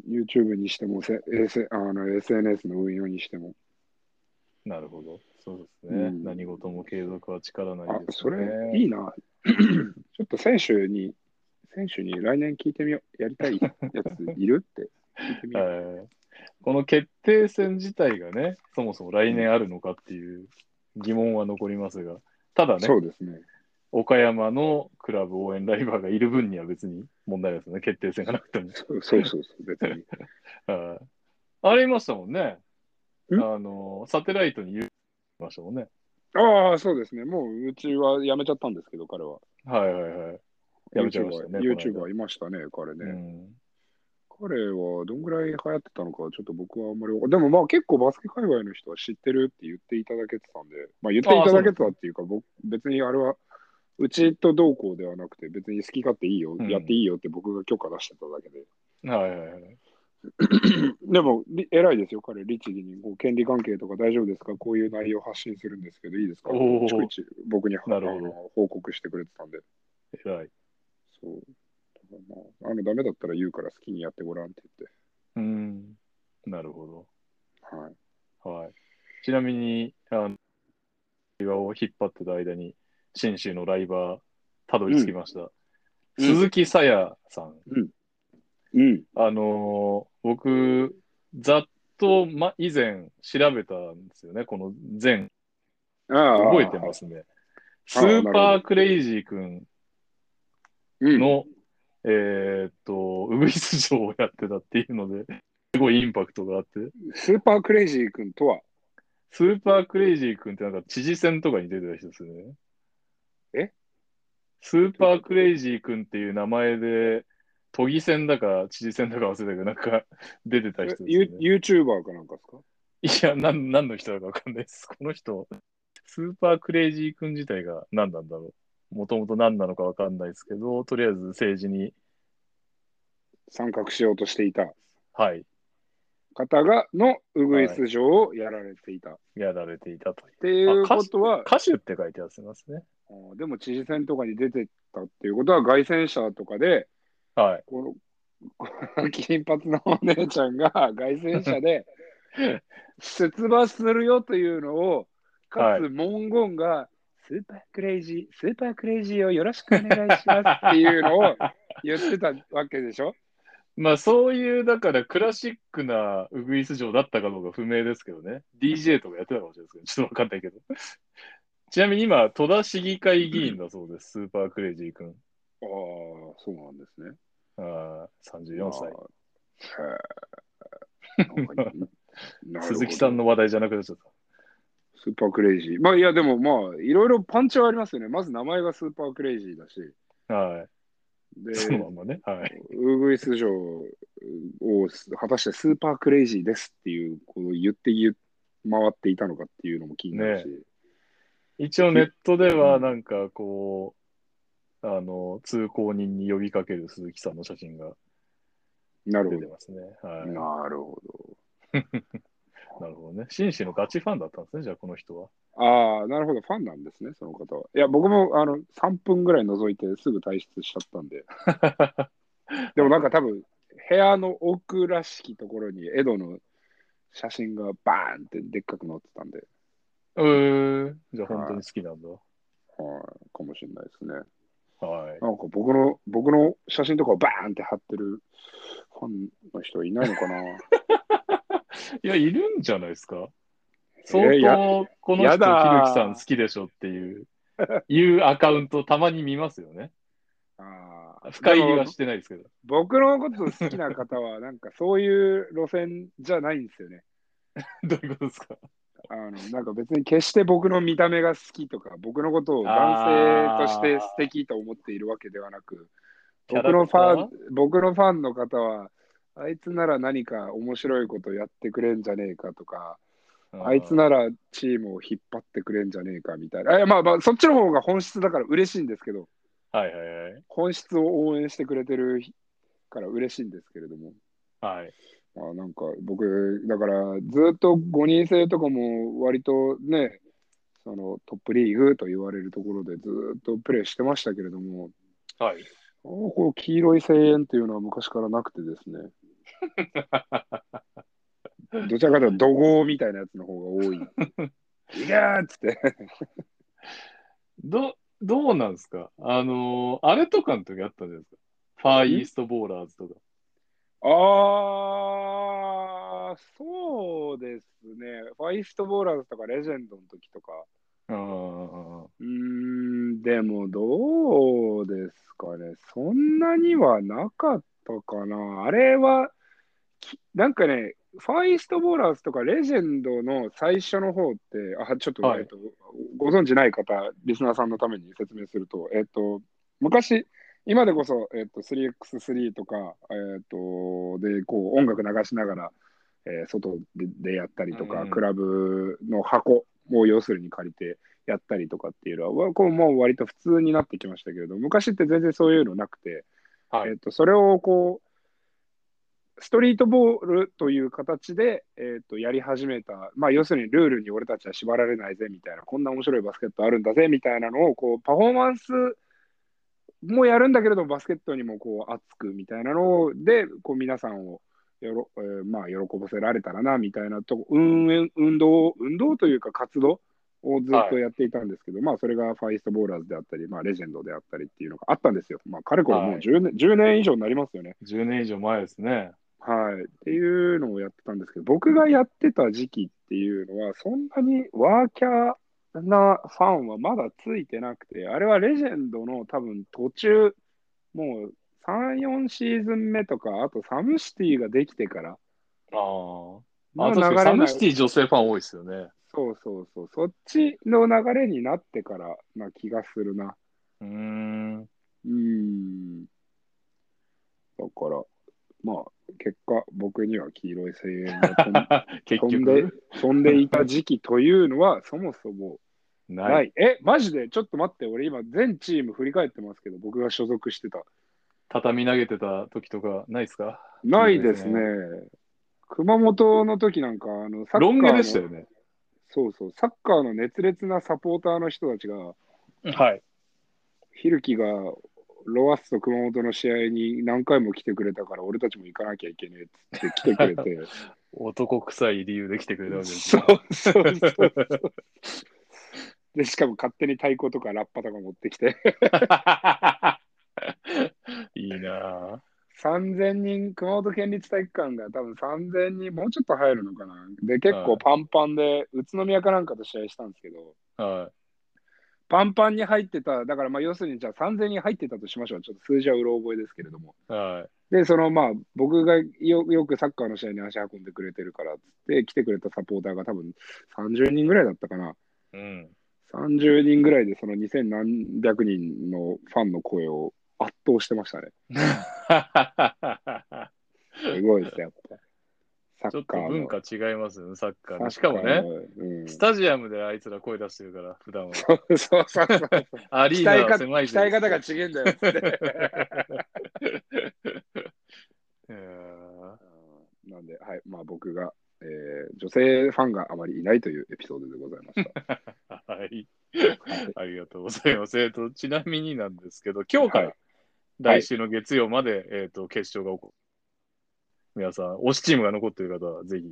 B: YouTube にしても、せ S あの SNS の運用にしても。
A: なるほど。そうですね。
B: うん
A: 何事も継続は力な
B: あ
A: り、です
B: そ
A: よね。
B: れいいな。 [clears throat] ちょっと選手に、選手に来年聞いてみよう。やりたいやついるって聞いてみ
A: [laughs]
B: よう。
A: はいこの決定戦自体がね、そもそも来年あるのかっていう疑問は残りますが、ただね
B: そ、うですね。
A: 岡山のクラブ応援ライバーがいる分には別に問題ないですよね、決定戦がなくても。
B: そうそうそうそう、別
A: [laughs]
B: に。
A: はいあれいましたもんね。あ
B: ん
A: の、サテライトに言いましたもんね。
B: ああ、そうですね。もううちはやめちゃったんですけど、彼は。
A: はいはいはい。やめちゃいましたね
B: YouTuber いましたね、彼
A: う
B: ね。
A: ん、
B: 彼はどんぐらい流行ってたのか、ちょっと僕はあんまりわかでもまあ結構バスケ界隈の人は知ってるって言っていただけてたんで、まあ言っていただけてたっていうか、僕別にあれは、うちと同行ではなくて、別に好き勝手いいよ、
A: うん
B: やっていいよって僕が許可出してただけで。 [laughs]
A: はいはいはい。
B: でも、り偉いですよ、彼、律儀にこう権利関係とか大丈夫ですか、こういう内容発信するんですけど、いいですか、
A: おー
B: 逐一僕にあ
A: なるほど
B: の報告してくれてたんで。
A: 偉い。
B: そう。だからまあ、あの、ダメだったら言うから好きにやってごらんって言
A: うん。なるほ
B: って。はい。
A: ど。はい。ちなみに、あの、岩を引っ張ってた間に、信州のライバー、たどり着きました。鈴木さやさん。
B: うん。
A: あのー僕、ざっと、ま、以前調べたんですよね。この前、
B: ああ。
A: 覚えてますすね。スーパークレイジー君
B: うん。
A: の、えーっと、ウグイス城をやってたっていうので、すごいインパクトがあって、
B: スーパークレイジー君とは、
A: スーパークレイジー君ってなんか知事選とかに出てた人ですよね。
B: え
A: スーパークレイジー君っていう名前で、都議選だか知事選だか忘れたけど、なんか出てた人ですよね。
B: ユーチューバーかなんかですか
A: いや、なん、何の人だかわかんないです。この人、スーパークレイジー君自体が何なんだろう。もともと何なのかわかんないですけど、とりあえず政治に、
B: 参画しようとしていた
A: はい、
B: 方が、のウグイス城をやられていた。っ
A: やられていたという。
B: ていうことは、
A: 歌手って書いてありますね。
B: うんでも知事選とかに出てたっていうことは、外選者とかで、
A: はい。
B: この、この [laughs] 金髪のお姉ちゃんが凱旋者で出馬するよというのを、かつ文言が、スーパークレイジー、スーパークレイジーをよろしくお願いしますっていうのを言ってたわけでしょ
A: まあそういう、だからクラシックなウグイス城だったかどうか不明ですけどね。DJ とかやってたかもしれないですけど、ちょっとわかんないけど。 [laughs] ちなみに今、戸田市議会議員だそうです、スーパークレイジー君。
B: ああ、そうなんですね。
A: あー34歳。
B: 歳
A: 鈴木さん
B: の。
A: の話題じゃなくなっちゃった。
B: スーパークレイジー。まあいやでもまあいろいろパンチはありますよね。まず名前がスーパークレイジーだし。
A: は
B: で
A: い。そのまんまね。はい。
B: ウグイス城を果たしてスーパークレイジーですっていうことを言って言う回っていたのかっていうのも気になるし、
A: 一応ネットでは、なんかこう、あの、通行人に呼びかける鈴木さんの写真が
B: なる
A: 出
B: ほ
A: て
B: ど。
A: ますね。はい。な
B: なるほど。
A: るほどね。紳士のガチファンだったんですね、じゃあこの人は。
B: ああ、なるほど。ファンなんですね、その方は。いや、僕もあの3分ぐらい覗いてすぐ退出しちゃったんで。でもなんか多分、部屋の奥らしきところに江戸の写真がバーンってでっかく載ってたんで、
A: うーん。じゃあ本当に好きなんだ。
B: はい、かもしれないですね。
A: はい。
B: なんか僕の、僕の写真とかをバーンって貼ってるファンの人いないのかな
A: いや、いるんじゃないですか。 [laughs] 相
B: えーや
A: 当、この人、
B: やだー
A: ひるきさん好きでしょっていう、いうアカウントたまに見ますよね。
B: あー
A: 深入りは
B: でも
A: してないですけど。
B: 僕のこと好きな方は、 [laughs] なんかそういう路線じゃないんですよね。
A: どういうことですか
B: あのなんか別に決して僕の見た目が好きとか、僕のことを男性として素敵と思っているわけではなく、
A: キャ
B: 僕
A: ラ
B: の
A: ク
B: フ
A: ター
B: ァン、僕のファンの方は、あいつなら何か面白いことやってくれんじゃねえかとか、あいつならチームを引っ張ってくれんじゃねえかみたいな。あいやまあまあ、そっちの方が本質だから嬉しいんですけど、
A: はいはいはい。
B: 本質を応援してくれてるから嬉しいんですけれども。
A: はい。
B: まあ、なんか僕、だからずっと5人制とかも割とね、そのトップリーグと言われるところでずっとプレーしてましたけれども、
A: はい。
B: こう黄色い声援っていうのは昔からなくてですね、どちらかというと、怒号みたいなやつの方が多い。いやーっつって。
A: ど、どうなんですかあのーあれとかの時あったじゃないですか。ファーイーストボーラーズとか。
B: あー、そうですね。ファイストボーラーズとかレジェンドの時とか。
A: あー
B: うーん、でもどうですかね。そんなにはなかったかな。あれは、きなんかね、ファイストボーラーズとかレジェンドの最初の方って、あ、ちょっと、
A: はい
B: えっと、ご存知ない方、リスナーさんのために説明すると、えっと、昔、今でこそ、えっと、3x3 とか、えっと、で、こう、音楽流しながら、えー外ででやったりとか、
A: うん
B: クラブの箱を要するに借りてやったりとかっていうのは、こうもう割と普通になってきましたけれど、昔って全然そういうのなくて、
A: はい
B: えっとそれをこう、ストリートボールという形で、えっとやり始めた、まあ、要するにルールに俺たちは縛られないぜみたいな、こんな面白いバスケットあるんだぜみたいなのをこう、パフォーマンスもやるんだけれども、バスケットにもこう熱くみたいなので、こう皆さんをよろ、えーまあ、喜ばせられたらなみたいなとこ運営運動を運動というか活動をずっとやっていたんですけど、まあそれがファイストボーラーズであったり、まあ、レジェンドであったりっていうのがあったんですよ。まあ、かれこれもう
A: はい
B: 10, 年10年以上になりますよね。
A: 10年以上前ですね。
B: はい。っていうのをやってたんですけど、僕がやってた時期っていうのは、そんなにワーキャーなファンはまだついてなくて、あれはレジェンドの多分途中、もう3、4シーズン目とか、あとサムシティができてから、
A: あー
B: の
A: あ。確か
B: 流
A: に
B: れ
A: サム
B: が
A: シティ女性ファン多いですよね。
B: そうそうそう、そっちの流れになってからな気がするな。
A: うーん。
B: うーん。だから、まあ、結果、僕には黄色い声援が飛ん
A: [laughs] 結
B: 飛んで
A: 局、
B: 飛んでいた時期というのは、そもそもない。
A: ない。
B: え、マジでちょっと待って、俺今、全チーム振り返ってますけど、僕が所属してた。
A: 畳投げてた時とかないですか
B: ないですね
A: いい。
B: 熊本の時なんか、あの、サッカーの
A: ロン毛でしたよね。
B: そうそう、サッカーの熱烈なサポーターの人たちが、
A: はい。
B: ヒルキがロアッソ熊本の試合に何回も来てくれたから、俺たちも行かなきゃいけねえっつって来てく
A: [laughs]
B: れて。
A: 男臭い理由で来てくれたわけです
B: そ
A: よ
B: うそうそうそう。で、しかも勝手に太鼓とかラッパとか持ってきて、
A: いいなぁ。
B: 3000人、熊本県立体育館が多分3000人、もうちょっと入るのかな。で、結
A: は
B: 構
A: い
B: パンパンで、宇都宮かなんかと試合したんですけど、
A: は
B: パンパンに入ってた、だからまあ要するにじゃあ3000人入ってたとしましょう。ちょっと数字はうろ覚えですけれども。
A: い。はい。
B: で、そのまあ、僕がよよくサッカーの試合に足運んでくれてるからっつって、来てくれたサポーターが多分30人ぐらいだったかな。
A: うん。
B: 30人ぐらいで、その2000何百人のファンの声を圧倒してましたね。すごいですね、やっぱ。
A: ち
B: サ
A: ょっ
B: ッ
A: と
B: カーの。
A: 文化違いますよね、サッカー
B: サッカーの
A: の。しかもね、、
B: うん、
A: ス
B: そ
A: タジアムであいつら声出してるから、普段は。
B: うそうそうそう。
A: [laughs] アリーナは狭い
B: 鍛え方が
A: 違
B: 違え
A: [laughs]
B: んだよ [laughs] っつって。うんなんで、はい、まあ僕が、えー女性ファンがあまりいないというエピソードでございました。
A: はい。
B: はい
A: ありがとうございます。えっと、ちなみになんですけど、今日から
B: はい
A: 来週の月曜まで、えっと、決勝が起こる。皆さん、推しチームが残っている方は、ぜひ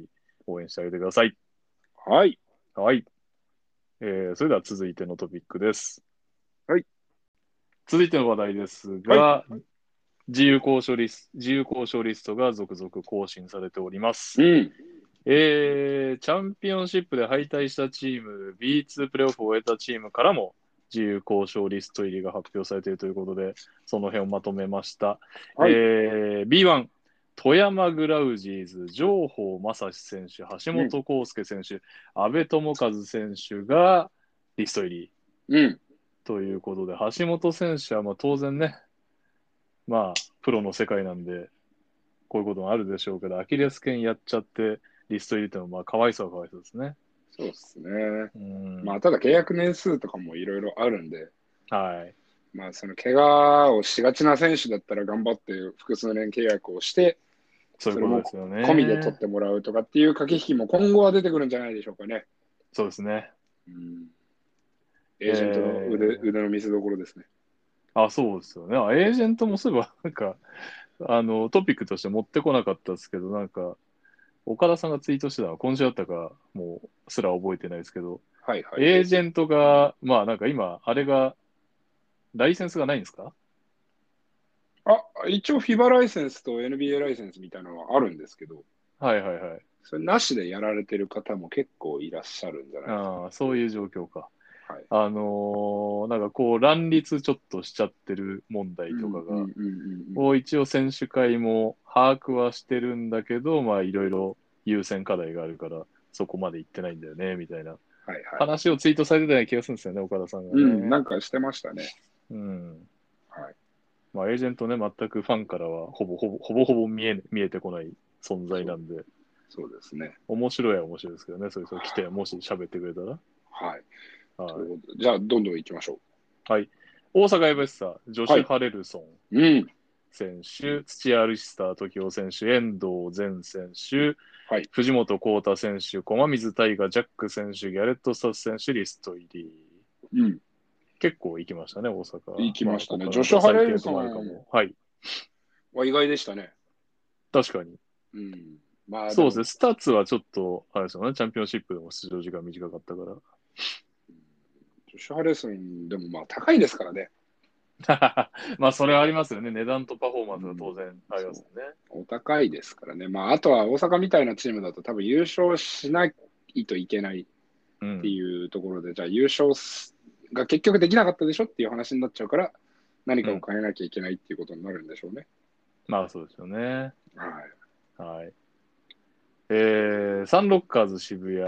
A: 応援してあげてください。 [laughs]
B: はい。
A: はい。えー、それでは続いてのトピックです。
B: はい。
A: 続いての話題ですが、
B: は
A: 自由交渉リス自由交渉リストが続々更新されております。
B: ん。
A: えー、チャンピオンシップで敗退したチーム、B2 プレーオフを終えたチームからも自由交渉リスト入りが発表されているということで、その辺をまとめました。
B: はい
A: えー、B1、富山グラウジーズ、上法正史選手、橋本康介選手、阿部智和選手がリスト入り
B: うん。
A: ということで、橋本選手はまあ当然ね、まあ、プロの世界なんで、こういうこともあるでしょうけど、アキレス腱やっちゃって、リスト入れても、まあ、かわいそうはかわいそうですね。
B: そうですね。
A: うん。
B: まあ、ただ契約年数とかもいろいろあるんで、
A: はい。
B: まあ、その怪我をしがちな選手だったら頑張って複数年契約をして、
A: そういうことですよね。
B: 込みで取ってもらうとかっていう駆け引きも今後は出てくるんじゃないでしょうかね。
A: そうですね。
B: うん、エージェントの腕,、
A: えー
B: 腕の見せ所ですね。
A: [laughs] あ、そうですよね。あエージェントもそういえば、なんか、あの、トピックとして持ってこなかったですけど、なんか、岡田さんがツイートしてたのは今週だったか、もうすら覚えてないですけど、
B: はいはい。
A: エージェントが、まあなんか今、あれが、ライセンスがないんですか
B: あ、一応 FIBA ライセンスと NBA ライセンスみたいなのはあるんですけど、
A: はいはいはい。
B: それなしでやられてる方も結構いらっしゃるんじゃないですか。
A: ああ、そういう状況か。
B: はい
A: あのーなんかこう、乱立ちょっとしちゃってる問題とかが、
B: うんうんうんうん
A: を一応選手会も把握はしてるんだけど、まあいろいろ優先課題があるから、そこまで行ってないんだよね、みたいな
B: はいはい。
A: 話をツイートされてたような気がするんですよね、岡田さんが
B: う
A: ね。
B: ん、なんかしてましたね。
A: うん
B: はい
A: まあ、エージェントね、全くファンからはほぼほぼほぼほぼ見え見えてこない存在なんで、
B: そうですね。
A: 面白いは面白いですけどね、それそれ来て、もし喋ってくれたら。
B: はい。
A: はい
B: ということでじゃあ、どんどん行きましょ
A: 大阪エブスター、ジョシ
B: はい
A: ュ・ハレルソン
B: う。うん。
A: 選手、土屋アリスター時雄選手、遠藤前選手、
B: はい
A: 藤本幸太選手、駒水大河、ジャック選手、ギャレット・スタス選手、リスト入り。
B: うん。
A: 結構行きましたね、大阪。
B: 行きましたね
A: あ
B: ジョシュハレルソン
A: 最低となるかもはい、
B: は意外でしたね。
A: 確かに。
B: うん。まあ、
A: そうですね、スタッツはちょっと、あれですよね、チャンピオンシップでも出場時間短かったから。
B: ジョシュ・ハレソン、でもまあ高いですからね。 [laughs]
A: まあ、それはありますよね。値段とパフォーマンスが当然ありますよね。
B: お高いですからね。まあ、あとは大阪みたいなチームだと多分優勝しないといけない
A: うん
B: っていうところで、じゃあ優勝すが結局できなかったでしょっていう話になっちゃうから、何かを変えなきゃいけないっていうことになるんでしょうね。
A: まあ、そうですよね。
B: はい。
A: はい。えー、サンロッカーズ渋谷、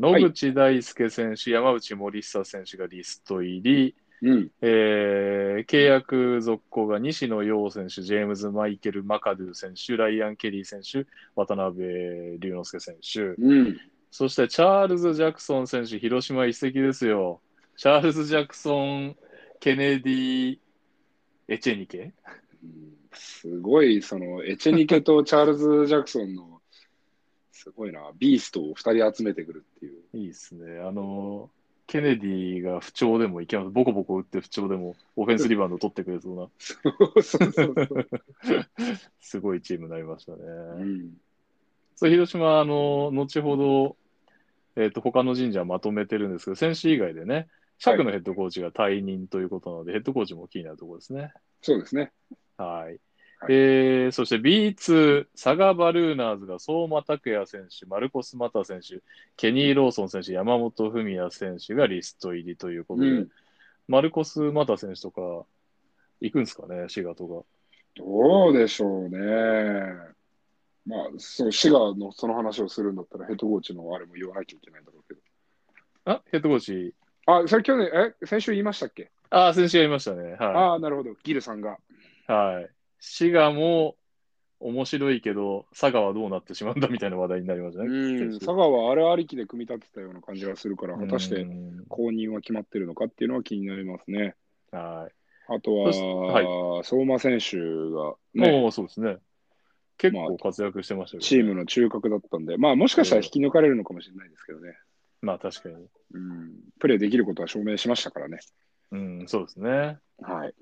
A: 野口大輔選手、山内森久選手がリスト入り、
B: うん。
A: えー、契約続行が西野陽選手、ジェームズ・マイケル・マカドゥ選手、ライアン・ケリー選手、渡辺龍之介選手、
B: うん。
A: そしてチャールズ・ジャクソン選手、広島移籍ですよ。チャールズ・ジャクソン、ケネディ、エチェニケ
B: うんすごい、その、エチェニケとチャールズ・ジャクソンの、すごいな、ビーストを2人集めてくるっていう。 [laughs]
A: いいですね。あの、ケネディが不調でもいけます。ボコボコ打って不調でも、オフェンスリバウンド取ってくれそうな、
B: そうそうそうそう。
A: [laughs] すごいチームになりましたね。
B: うん。
A: そう、広島、あの、後ほど、えっ、と、他の神社まとめてるんですけど、選手以外でね、シャクのヘッドコーチが退任ということなので、ヘッドコーチも気になるところですね。
B: そうですね。
A: はい。
B: はい
A: えー、そして B2、佐賀バルーナーズが相馬拓也選手、マルコス・マタ選手、ケニー・ローソン選手、山本文也選手がリスト入りということで、
B: うん
A: マルコス・マタ選手とか、行くんですかね、滋賀と
B: どうでしょうね。まあ、そう、滋賀のその話をするんだったら、ヘッドコーチのあれも言わなきゃいけないんだろうけど。
A: か。あ、ヘッドコーチ、
B: あ、それ去年、え、先週言いましたっけ
A: あ、選手がいましたね。は
B: ああ、なるほど。ギルさんが。
A: い。はい、滋賀も面白いけど、佐賀はどうなってしまうんだみたいな話題になりましたね。
B: うん。
A: 先週
B: 佐賀はあれありきで組み立てたような感じがするから、果たし
A: う
B: て
A: ん
B: 公認は決まってるのかっていうのは気になりますね。
A: はい。
B: あとは
A: そし、
B: 相馬選手が、ね、
A: もうそうですね。結構活躍してましたけどね、
B: チームの中核だったんで、まあ、もしかしたら引き抜かれるのかもしれないですけどね。
A: まあ確かに。
B: うん。プレーできることは証明しましたからね。
A: うん、そうですね。
B: はい。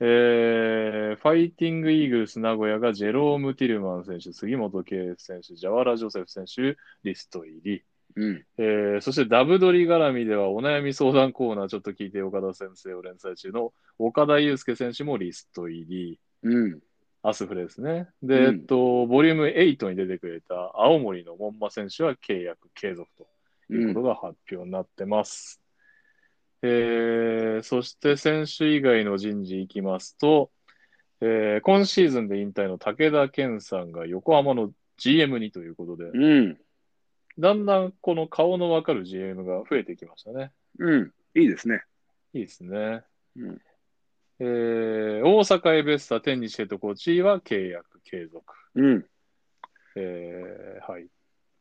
A: えー、ファイティングイーグルス名古屋がジェローム・ティルマン選手、杉本圭選手、ジャワラ・ジョセフ選手、リスト入り。
B: うん。
A: えー、そしてダブドリ絡みではお悩み相談コーナーちょっと聞いて岡田先生を連載中の岡田祐介選手もリスト入り。
B: うん。
A: アスフレですね。で、
B: うん
A: えっと、ボリューム8に出てくれた青森の門馬選手は契約継続と。ということが発表になってます。えーそして選手以外の人事いきますと、えー今シーズンで引退の武田健さんが横浜の GM にということで、
B: うん。
A: だんだんこの顔のわかる GM が増えてきましたね。
B: うん。いいですね。
A: いいですね。
B: うん
A: えー大阪エベスタ天西ヘッドコーチは契約継続。
B: うん。
A: えーはい。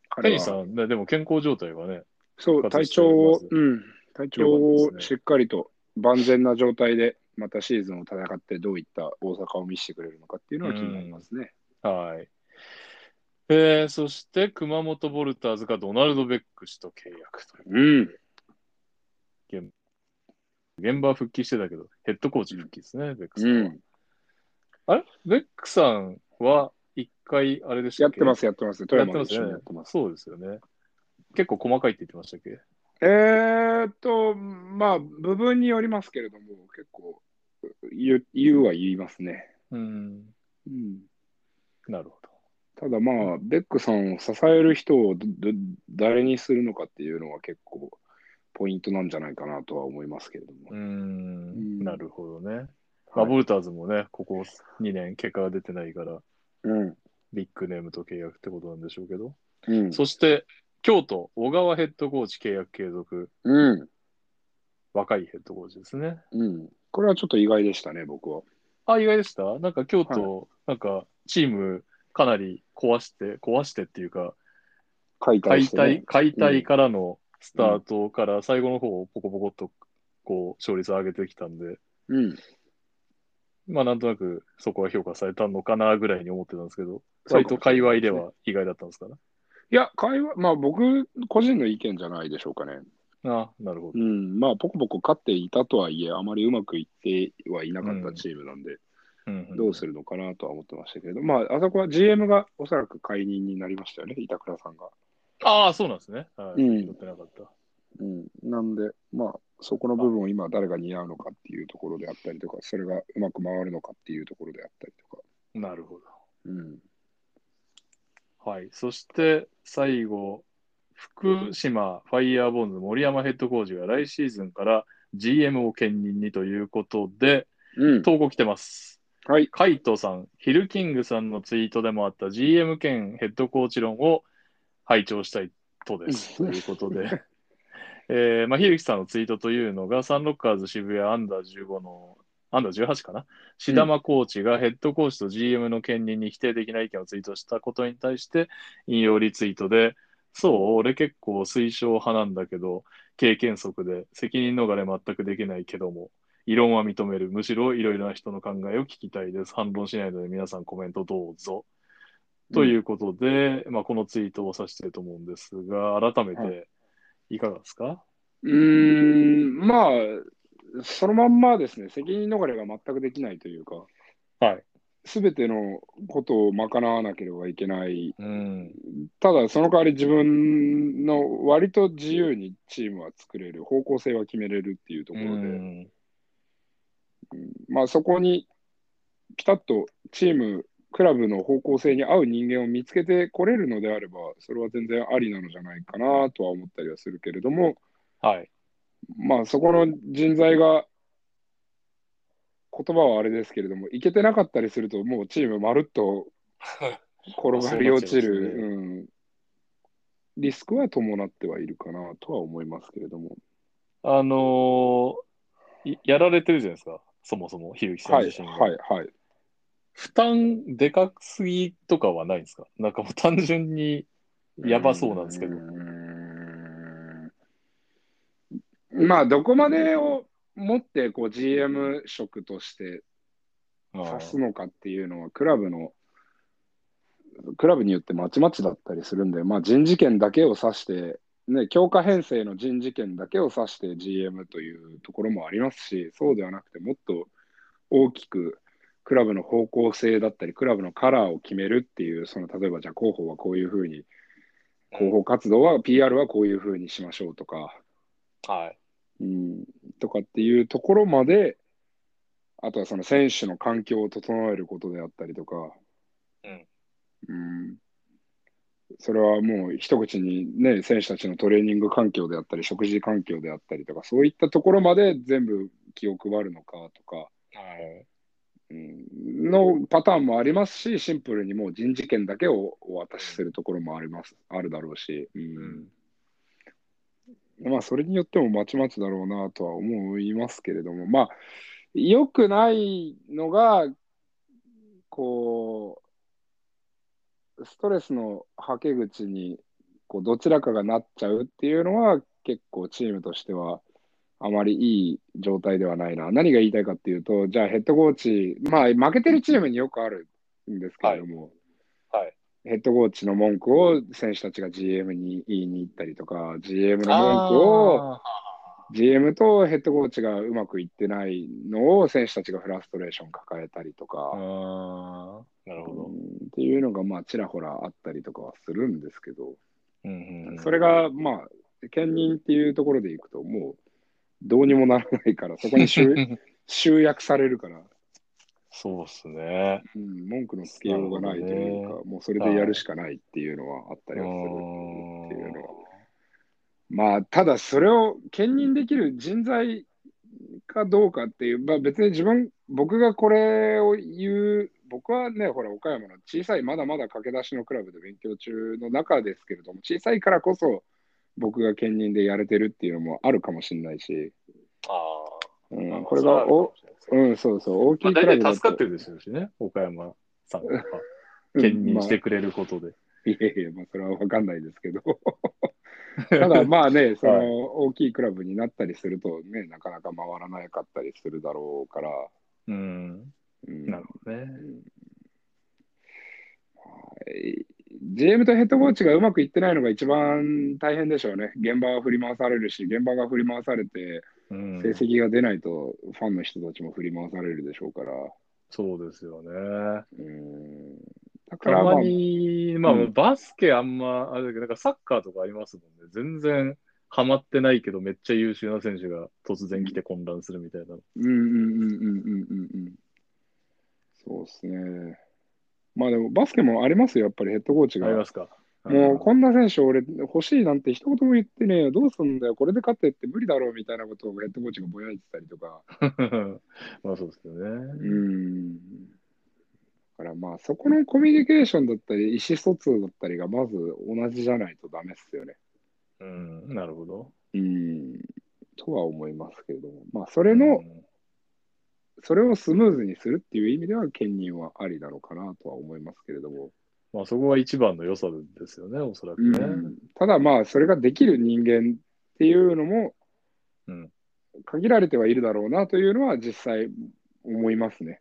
B: 彼
A: 天
B: は
A: 西さん、ね、でも健康状態がね、
B: そう、
A: 復活
B: 体
A: して
B: 調
A: おりま
B: を
A: す、
B: うん、体調
A: よかっ
B: を
A: た
B: [laughs]
A: です
B: しっかりと万全な状態で、またシーズンを戦って、どういった大阪を見せてくれるのかっていうのは気になりますね。
A: はい。えーそして、熊本ボルターズがドナルド・ベック氏と契約という
B: うん、
A: 現場復帰してたけど、ヘッドコーチ復帰ですね、ベック
B: う
A: さんは。
B: ん。
A: あれベックさんは一回、あれでした
B: や
A: っ
B: っ
A: け
B: てます、やってます。富
A: やって
B: 山の
A: ます
B: 一緒にや
A: よ
B: っ
A: ね
B: て。ます。
A: そうですよね。結構細かいって言ってましたっけ
B: えーっと、まあ、部分によりますけれども、結構、言う言うは言いますね。
A: うん。
B: うん、
A: なるほど。
B: ただまあ、ベックさんを支える人をどど誰にするのかっていうのは結構ポイントなんじゃないかなとは思いますけれども。
A: うー
B: うん
A: ん、なるほどね。まあ、
B: はい
A: ボルターズもね、ここ2年結果が出てないから、
B: うん。
A: ビッグネームと契約ってことなんでしょうけど。
B: うん。
A: そして、京都、小川ヘッドコーチ契約継続、
B: うん。
A: 若いヘッドコーチですね。
B: うん。これはちょっと意外でしたね、僕は。
A: あ、意外でしたなんか京都、なんかチームかなり壊して、壊してっていうか、
B: 解体
A: 解
B: して、ね
A: 体、。解体からのスタートから最後の方をポコポコっとこう勝率上げてきたんで、
B: うん。
A: まあなんとなくそこは評価されたのかなぐらいに思ってたんですけど、
B: そう
A: 割と
B: かもしれ
A: 界
B: な
A: 隈
B: い
A: です
B: ね
A: は意外だったんですかね。
B: いや、会話、まあ僕個人の意見じゃないでしょうかね。
A: あなるほ
B: う
A: ど。
B: ん。まあ、ポコポコ勝っていたとはいえ、あまりうまくいってはいなかったチームなんで、
A: うん
B: どうするのかなとは思ってましたけれど、まあ、あそこは GM がおそらく解任になりましたよね、板倉さんが。
A: ああ、そうなんですね。はい。
B: うん
A: 取ってなかった。
B: うん、なんで、まあ、そこの部分を今、誰が担うのかっていうところであったりとか、それがうまく回るのかっていうところであったりとか。
A: なるほ
B: うん、
A: ど。はい。そして最後、福島ファイヤーボーンズ森山ヘッドコーチが来シーズンから GM を兼任にということで、
B: うん、
A: 投稿来てます。
B: はい。
A: カイトさん、ヒルキングさんのツイートでもあった GM 兼ヘッドコーチ論を拝聴したいとです。と
B: うん
A: いうことで、 [laughs] えーまあ、ヒルキさんのツイートというのが、サンロッカーズ渋谷アンダー15の、アンダー18かな、シダマコーチがヘッドコーチと GM の兼任に否定的な意見をツイートしたことに対して、引用リツイートで、そう、俺結構推奨派なんだけど、経験則で責任逃れ全くできないけども、異論は認める。むしろいろいろな人の考えを聞きたいです。反論しないので皆さんコメントどうぞ。ということで、まあ、このツイートをさせてると思うんですが、改め
B: は
A: ていかがですか、
B: うーん、まあ、そのまんまですね、責任逃れが全くできないというか、
A: はい。
B: すべてのことを賄わなければいけない。
A: うん。
B: ただ、その代わり自分の割と自由にチームは作れる、方向性は決めれるっていうところで、
A: うん
B: まあ、そこにピタッとチーム、クラブの方向性に合う人間を見つけてこれるのであれば、それは全然ありなのじゃないかなとは思ったりはするけれども、
A: はい。
B: まあ、そこの人材が、言葉はあれですけれども、いけてなかったりすると、もうチームまるっと転がり落ち
A: [laughs]
B: る、
A: そう
B: うん、リスクは伴ってはいるかなとは思いますけれども。
A: あのーいやられてるじゃないですか。そもそも、ひるきさ
B: は
A: ん
B: い、
A: 自身が。
B: はい、はい。
A: 負担でかすぎとかはないんですかなんかもう単純にやばそうなんですけど
B: う。ーんまあ、どこまでを持ってこう GM 職として
A: あ
B: 指す
A: ー
B: のかっていうのは、クラブの、クラブによってまちまちだったりするんで、まあ、人事権だけを指して、ね、強化編成の人事権だけを指して GM というところもありますし、そうではなくて、もっと大きくクラブの方向性だったり、クラブのカラーを決めるっていう、その例えばじゃあ広報はこういうふうに広報活動は PR はこういうふうにしましょうとか、
A: はい。
B: うん、とかっていうところまで、あとはその選手の環境を整えることであったりとか、うん、それはもう一口にね、選手たちのトレーニング環境であったり、食事環境であったりとか、そういったところまで全部気を配るのかとか、
A: はい。
B: うん、のパターンもありますし、シンプルにもう人事権だけをお渡しするところもあります、あるだろうし。うん
A: うん
B: まあ、それによってもまちまちだろうなとは思いますけれども、まあ、良くないのが、こう、ストレスのはけ口に、こう、どちらかがなっちゃうっていうのは、結構チームとしては、あまりいい状態ではないな。何が言いたいかっていうと、じゃあヘッドコーチ、まあ、負けてるチームによくあるんですけれども、
A: はい。
B: ヘッドコーチの文句を選手たちが GM に言いに行ったりとか、GM の文句を
A: あ
B: GM とヘッドコーチがうまくいってないのを選手たちがフラストレーション抱えたりと
A: あ
B: か、
A: ーなるほ
B: う
A: ど
B: ん。っていうのがまあちらほらあったりとかはするんですけど、
A: うんうんうん
B: それ、がまあ兼任っていうところでいくともうどうにもならないからそこ
A: [laughs]
B: に集集約されるから、
A: [laughs] そうっすね。
B: うん、文句のつけようがないという
A: なる
B: か
A: ほ
B: もうそれでやるしかないっていうのはあったりはするっていうのは。まあ、ただそれを兼任できる人材かどうかっていう、まあ、別に自分、僕がこれを言う、僕はね、ほら、岡山の小さい、まだまだ駆け出しのクラブで勉強中の中ですけれども、小さいからこそ、僕が兼任でやれてるっていうのもあるかもしれないし、
A: あ
B: う
A: ーまあ
B: ん、これがお、うん、そうそう、大き
A: まあ、
B: いク
A: 大
B: ラブ
A: 体助かって
B: る、
A: るでしょうしね、岡山さんとか、兼任してくれることで。
B: いやいや、まあ、それは分かんないですけ
A: [laughs]
B: ど、ただまあね、その
A: はい
B: 大きいクラブになったりするとね、なかなか回らなかったりするだろうから、
A: [laughs] うん、
B: うん
A: なるほどね。
B: はい、GM とヘッドコーチがうまくいってないのが一番大変でしょうね、現場は振り回されるし、現場が振り回されて、
A: うん
B: 成、績が出ないと、ファンの人たちも振り回されるでしょうから。
A: そうですよね。
B: うんだ
A: た
B: から、まあ
A: ま、に、まあ、
B: うん
A: バスケあんま、あれだけど、なんかサッカーとかありますもんね。全然ハマってないけど、めっちゃ優秀な選手が突然来て混乱するみたいな。
B: うんうんうんうんうんうんうん。そうですね。まあでも、バスケもありますよ、やっぱりヘッドコーチ
A: ありま
B: が。
A: すか
B: もう、こんな選手俺欲しいなんて一言も言ってねえよ、どうすんだよ、これで勝ってって無理だろうみたいなことをヘッドコーチがぼやいてたりとか。
A: うん、 [laughs] まあそうですよ
B: う
A: ね。
B: ん。だからまあそこのコミュニケーションだったり意思疎通だったりがまず同じじゃないとダメっすよね。
A: うん、なるほど。
B: うん。とは思いますけれども、まあそ
A: そ
B: れの、それをスムーズにするっていう意味では兼任はありなのかなとは思いますけれども、
A: まあそこが一番の良さですよね、おそらくね。
B: ただまあそれができる人間っていうのも
A: うん
B: 限られてはいるだろうなというのは実際思いますね。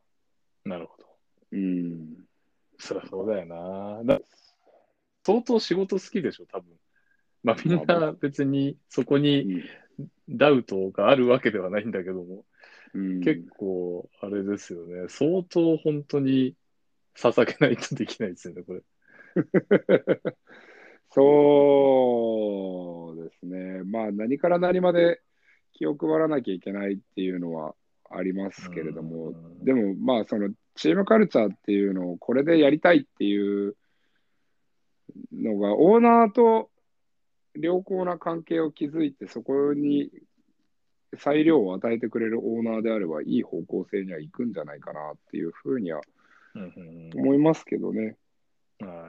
A: なるほど。
B: うん。
A: そりゃそうだよな。だ相当仕事好きでしょ、多分。まあみん
B: まあ
A: な別にそこにダウトがあるわけではないんだけども、
B: うん
A: 結構あれですよね。相当本当に捧げないとできないですよね、これ。
B: そうですね、まあ、何から何まで気を配らなきゃいけないっていうのはありますけれど
A: う
B: も、
A: ん
B: でも、まあ、そのチームカルチャーっていうのをこれでやりたいっていうのが、オーナーと良好な関係を築いて、そこに裁量を与えてくれるオーナーであれば、いい方向性には行くんじゃないかなっていうふうには
A: うんうん
B: 思いますけどね。
A: うんはい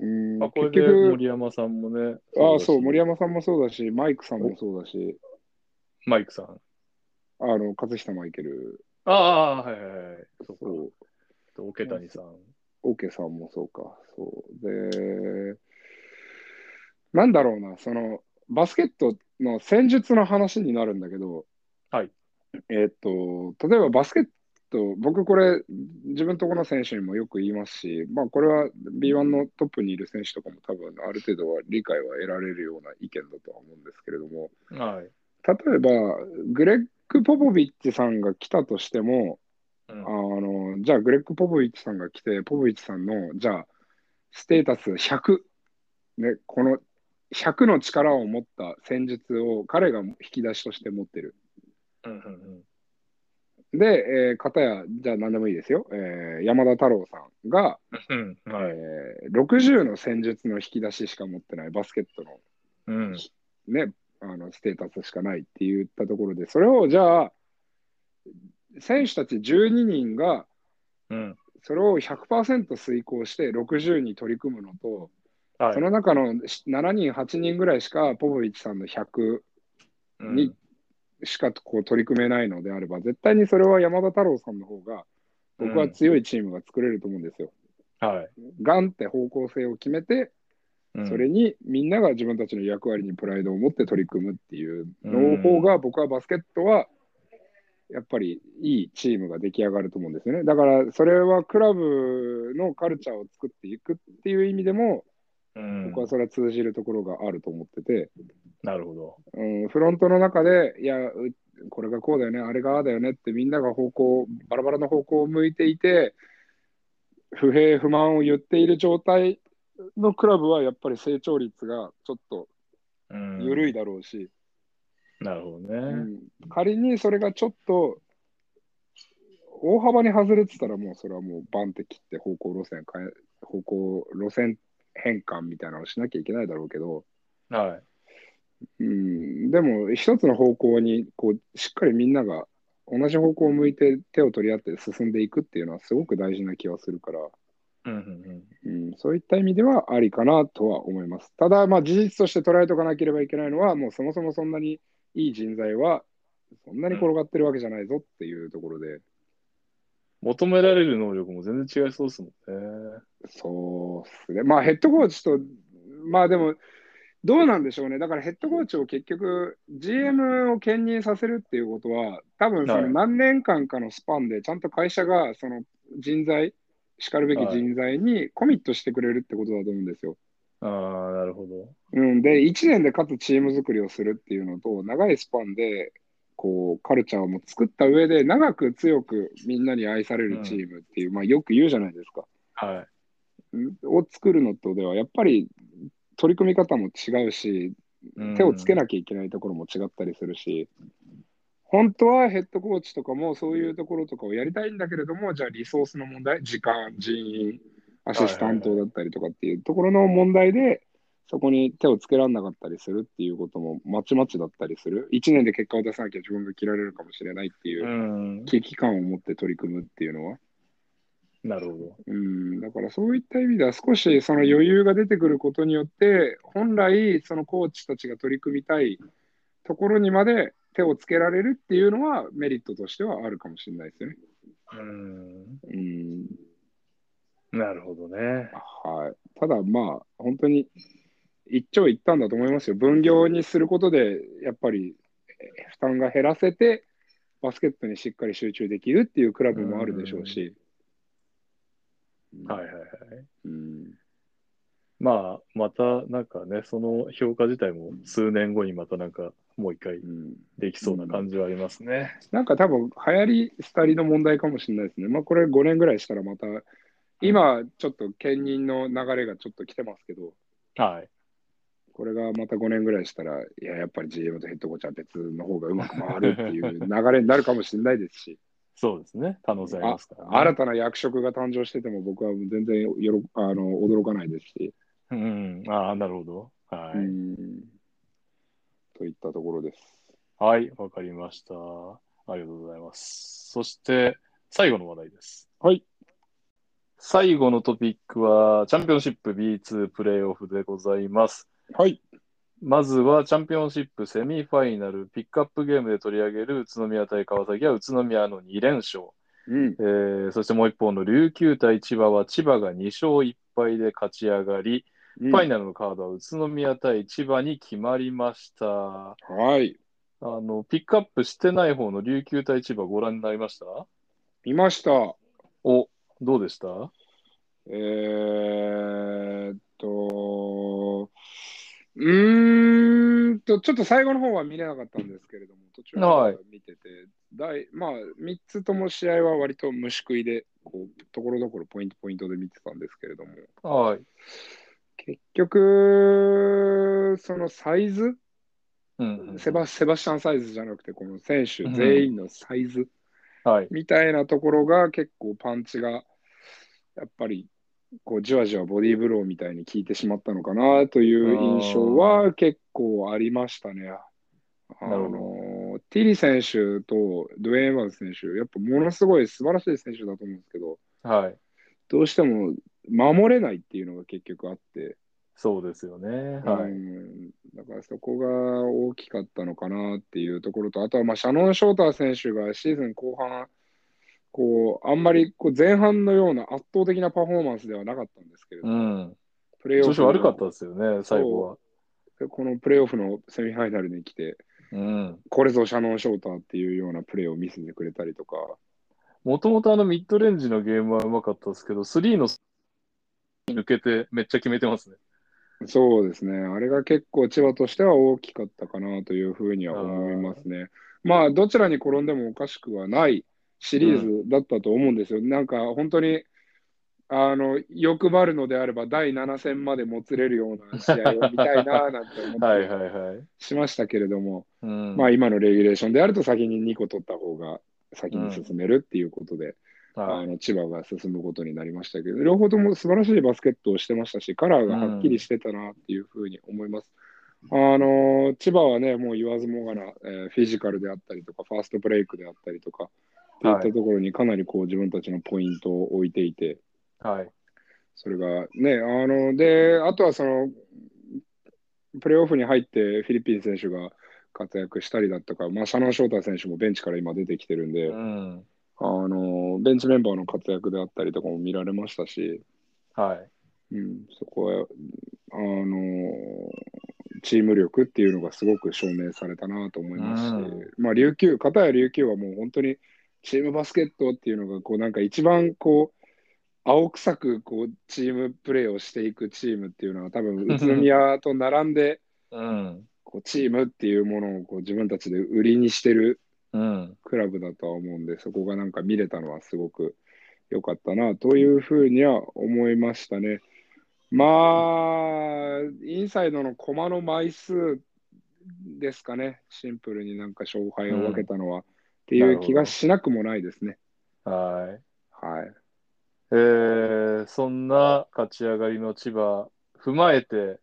B: うん
A: まあ、これ
B: 結
A: で
B: 局
A: 森山さんもね、
B: ああ、
A: だし
B: そう、森山さんもそうだし、マイクさんもそうだし、
A: マイクさん。
B: あの、和久マイケル、
A: ああ、はいはいはい。そ
B: そう
A: か。オケ谷さん。
B: う、オケさんもそうか、そう。で、なんだろうな、その、バスケットの戦術の話になるんだけど、
A: はい。
B: えーっと、例えばバスケット、僕これ、自分とこの選手にもよく言いますし、まあ、これは B1 のトップにいる選手とかも多分、ある程度は理解は得られるような意見だとは思うんですけれども、
A: はい。
B: 例えば、グレッグ・ポポビッチさんが来たとしても、
A: うん
B: あのじゃあ、グレッグ・ポポビッチさんが来て、ポポビッチさんの、じゃあ、ステータス100、ね、この100の力を持った戦術を彼が引き出しとして持ってる。
A: うんうん
B: で、えー、片や、じゃあ何でもいいですよ、えー山田太郎さんが、
A: うんうんはい。
B: えー60の戦術の引き出ししか持ってない、バスケットの
A: うん。
B: ね、あのステータスしかないって言ったところで、それをじゃあ、選手たち12人が
A: うん。
B: それを100%遂行して60に取り組むのと、
A: はい
B: そ。の中の7人、8人ぐらいしかポポビッチさんの100
A: うん
B: にしかこう取り組めないのであれば、絶対にそれは山田太郎さんの方が、僕は強いチームが作れると思うんですよ。
A: はい。
B: ガンって方向性を決めて、
A: うん
B: それにみんなが自分たちの役割にプライドを持って取り組むっていうの方が、僕はバスケットはやっぱりいいチームが出来上がると思うんですよね。だからそれはクラブのカルチャーを作っていくっていう意味でも、
A: うん
B: 僕はそれは通じるところがあると思ってて、
A: なるほど。
B: うん、フロントの中で、いや、うこれがこうだよね、あれがああだよねって、みんなが方向、バラバラの方向を向いていて、不平不満を言っている状態のクラブは、やっぱり成長率がちょっと
A: うん
B: 緩いだろうし、
A: なるほど
B: う
A: ね。
B: ん仮にそれがちょっと大幅に外れてたら、もうそれはもうバンって切って方向路線変え、方向路線変換みたいなのをしなきゃいけないだろうけど、
A: はい。
B: うん、でも一つの方向にこうしっかりみんなが同じ方向を向いて手を取り合って進んでいくっていうのはすごく大事な気はするから、
A: うんうん
B: うん、そういった意味ではありかなとは思います。ただ、まあ、事実として捉えとかなければいけないのは、もうそもそもそんなにいい人材はそんなに転がってるわけじゃないぞっていうところで、
A: うん、求められる能力も全然違いそうですもんね。
B: そうっすね。まあヘッドコーチと、まあでも、どうなんでしょうね。だからヘッドコーチを結局、GM を兼任させるっていうことは、多分そ
A: は
B: の
A: い
B: 何年間かのスパンで、ちゃんと会社がその人材、しかるべき人材にコミットしてくれるってことだと思うんですよ。
A: ああ、なるほど。
B: うん、で、1年でかつチーム作りをするっていうのと、長いスパンで、こう、カルチャーも作った上で、長く強くみんなに愛されるチームっていう、まあよく言うじゃないですか。
A: はい。
B: を作るのとではやっぱり取り組み方も違うし
A: うん。
B: 手をつけなきゃいけないところも違ったりするし、本当はヘッドコーチとかもそういうところとかをやりたいんだけれどもじゃあリソースの問題時間人員アシスタントだったりとかっていうところの問題でそこに手をつけられなかったりするっていうこともまちまちだったりする1年で結果を出さなきゃ自分が切られるかもしれないっていううん危機感を持って取り組むっていうのは
A: なるほ
B: うん、だからそういった意味では少しその余裕が出てくることによって本来そのコーチたちが取り組みたいところにまで手をつけられるっていうのはメリットとしてはあるかもしれないですよね。
A: ど。うん。
B: うん
A: なるほどね。
B: はい、ただまあ本当に一長一短だと思いますよ。分業にすることでやっぱりえ負担が減らせてバスケットにしっかり集中できるっていうクラブもあるでしょうし。
A: はいはいはい。
B: うん
A: まあ、またなんかね、その評価自体も数年後にまたなんかもう一回
B: うん
A: できそうな感じはありますね。
B: なんか多分流行り廃りの問題かもしれないですね。まあこれ5年ぐらいしたらまた、今ちょっと兼任の流れがちょっと来てますけど、
A: はい。
B: これがまた5年ぐらいしたら、いや、やっぱり GM とヘッドコーチは別の方がうまく回るっていう流れになるかもしれないで
A: [laughs]
B: すし、
A: そうですね。可能性ありますから、ね。
B: 新たな役職が誕生してても僕は全然よろあの驚かないですし、
A: うん。ああ、なるほど。は
B: う
A: い。
B: んといったところです。
A: はい、わかりました。ありがとうございます。そして、最後の話題です。
B: はい。
A: 最後のトピックは、チャンピオンシップ B2 プレイオフでございます。
B: はい。
A: まずは、チャンピオンシップセミファイナル、ピックアップゲームで取り上げる宇都宮対川崎は宇都宮の2連勝。
B: うん
A: え。ーそしてもう一方の琉球対千葉は千葉が2勝1敗で勝ち上がり、
B: うん
A: ファイナルのカードは宇都宮対千葉に決まりました。
B: はい。
A: あの、ピックアップしてない方の琉球対千葉ご覧になりました
B: 見ました。
A: お、どうでしたは
B: えーっと、うーんと、ちょっと最後の方は見れなかったんですけれども、途中まで見てて、第まあ、3つとも試合は割と虫食いで、こう、ところどころポイントポイントで見てたんですけれども、
A: い。
B: 結局、そのサイズ、
A: うんうん
B: セバセバスチャンサイズじゃなくて、この選手全員のサイズ、
A: はい。
B: みたいなところが結構パンチがやっぱりこうじわじわボディーブローみたいに効いてしまったのかなという印象は結構ありましたね。あ
A: なるほ
B: のティリ選手とドウェイン・エヴァンス選手、やっぱものすごい素晴らしい選手だと思うんですけど、
A: はい。
B: どうしても守れないっていうのが結局あって、
A: そうですよね。は
B: う
A: い。
B: んだからそこが大きかったのかなっていうところと、あとはまあシャノン・ショーター選手がシーズン後半、こうあんまりこう前半のような圧倒的なパフォーマンスではなかったんですけれど、
A: うん。
B: プレーオ
A: 調
B: フ
A: 子
B: の
A: 悪かったですよね、最後は。
B: このプレーオフのセミファイナルに来て、
A: うん。
B: これぞシャノン・ショーターっていうようなプレーを見せてくれたりとか、
A: もともとあのミッドレンジのゲームはうまかったですけど、3の抜けてめっちゃ決めてますね。
B: そうですね。あれが結構千葉としては大きかったかなというふうには思いますね。まあ、どちらに転んでもおかしくはないシリーズだったと思うんですよ。なんか本当に、あの、欲張るのであれば第7戦までもつれるような試合を見たいななんて
A: [laughs]
B: 思
A: はい
B: った
A: はいはい。
B: りしましたけれども、
A: うん
B: まあ今のレギュレーションであると先に2個取った方が先に進めるっていうことで、あ
A: はい
B: の千葉が進むことになりましたけど、両方とも素晴らしいバスケットをしてましたし、カラーがはっきりしてたなっていうふうに思います。あの千葉はね、もう言わずもがな、えーフィジカルであったりとか、ファーストブレイクであったりとか、といったところにかなりこう自分たちのポイントを置いていて、
A: はい。
B: それがね、あの、で、あとはその、プレーオフに入ってフィリピン選手が活躍したりだったか、まあ、シャノン・ショータ選手もベンチから今出てきてるんで、
A: うん。
B: あのベンチメンバーの活躍であったりとかも見られましたし、
A: はい。
B: うん、そこはあのチーム力っていうのがすごく証明されたなと思いますし、
A: うん
B: まあ、琉球、片や琉球はもう本当にチームバスケットっていうのがこうなんか一番こう青臭くこうチームプレーをしていくチームっていうのは多分宇都宮と並んで
A: うん。
B: こうチームっていうものをこう自分たちで売りにしてる
A: うん。
B: クラブだとは思うんで、そこがなんか見れたのはすごく良かったなというふうには思いましたね。まあ、インサイドの駒の枚数ですかね、シンプルになんか勝敗を分けたのは、っていう気がしなくもないですね。
A: はい。
B: はい。
A: えーそんな勝ち上がりの千葉踏まえて、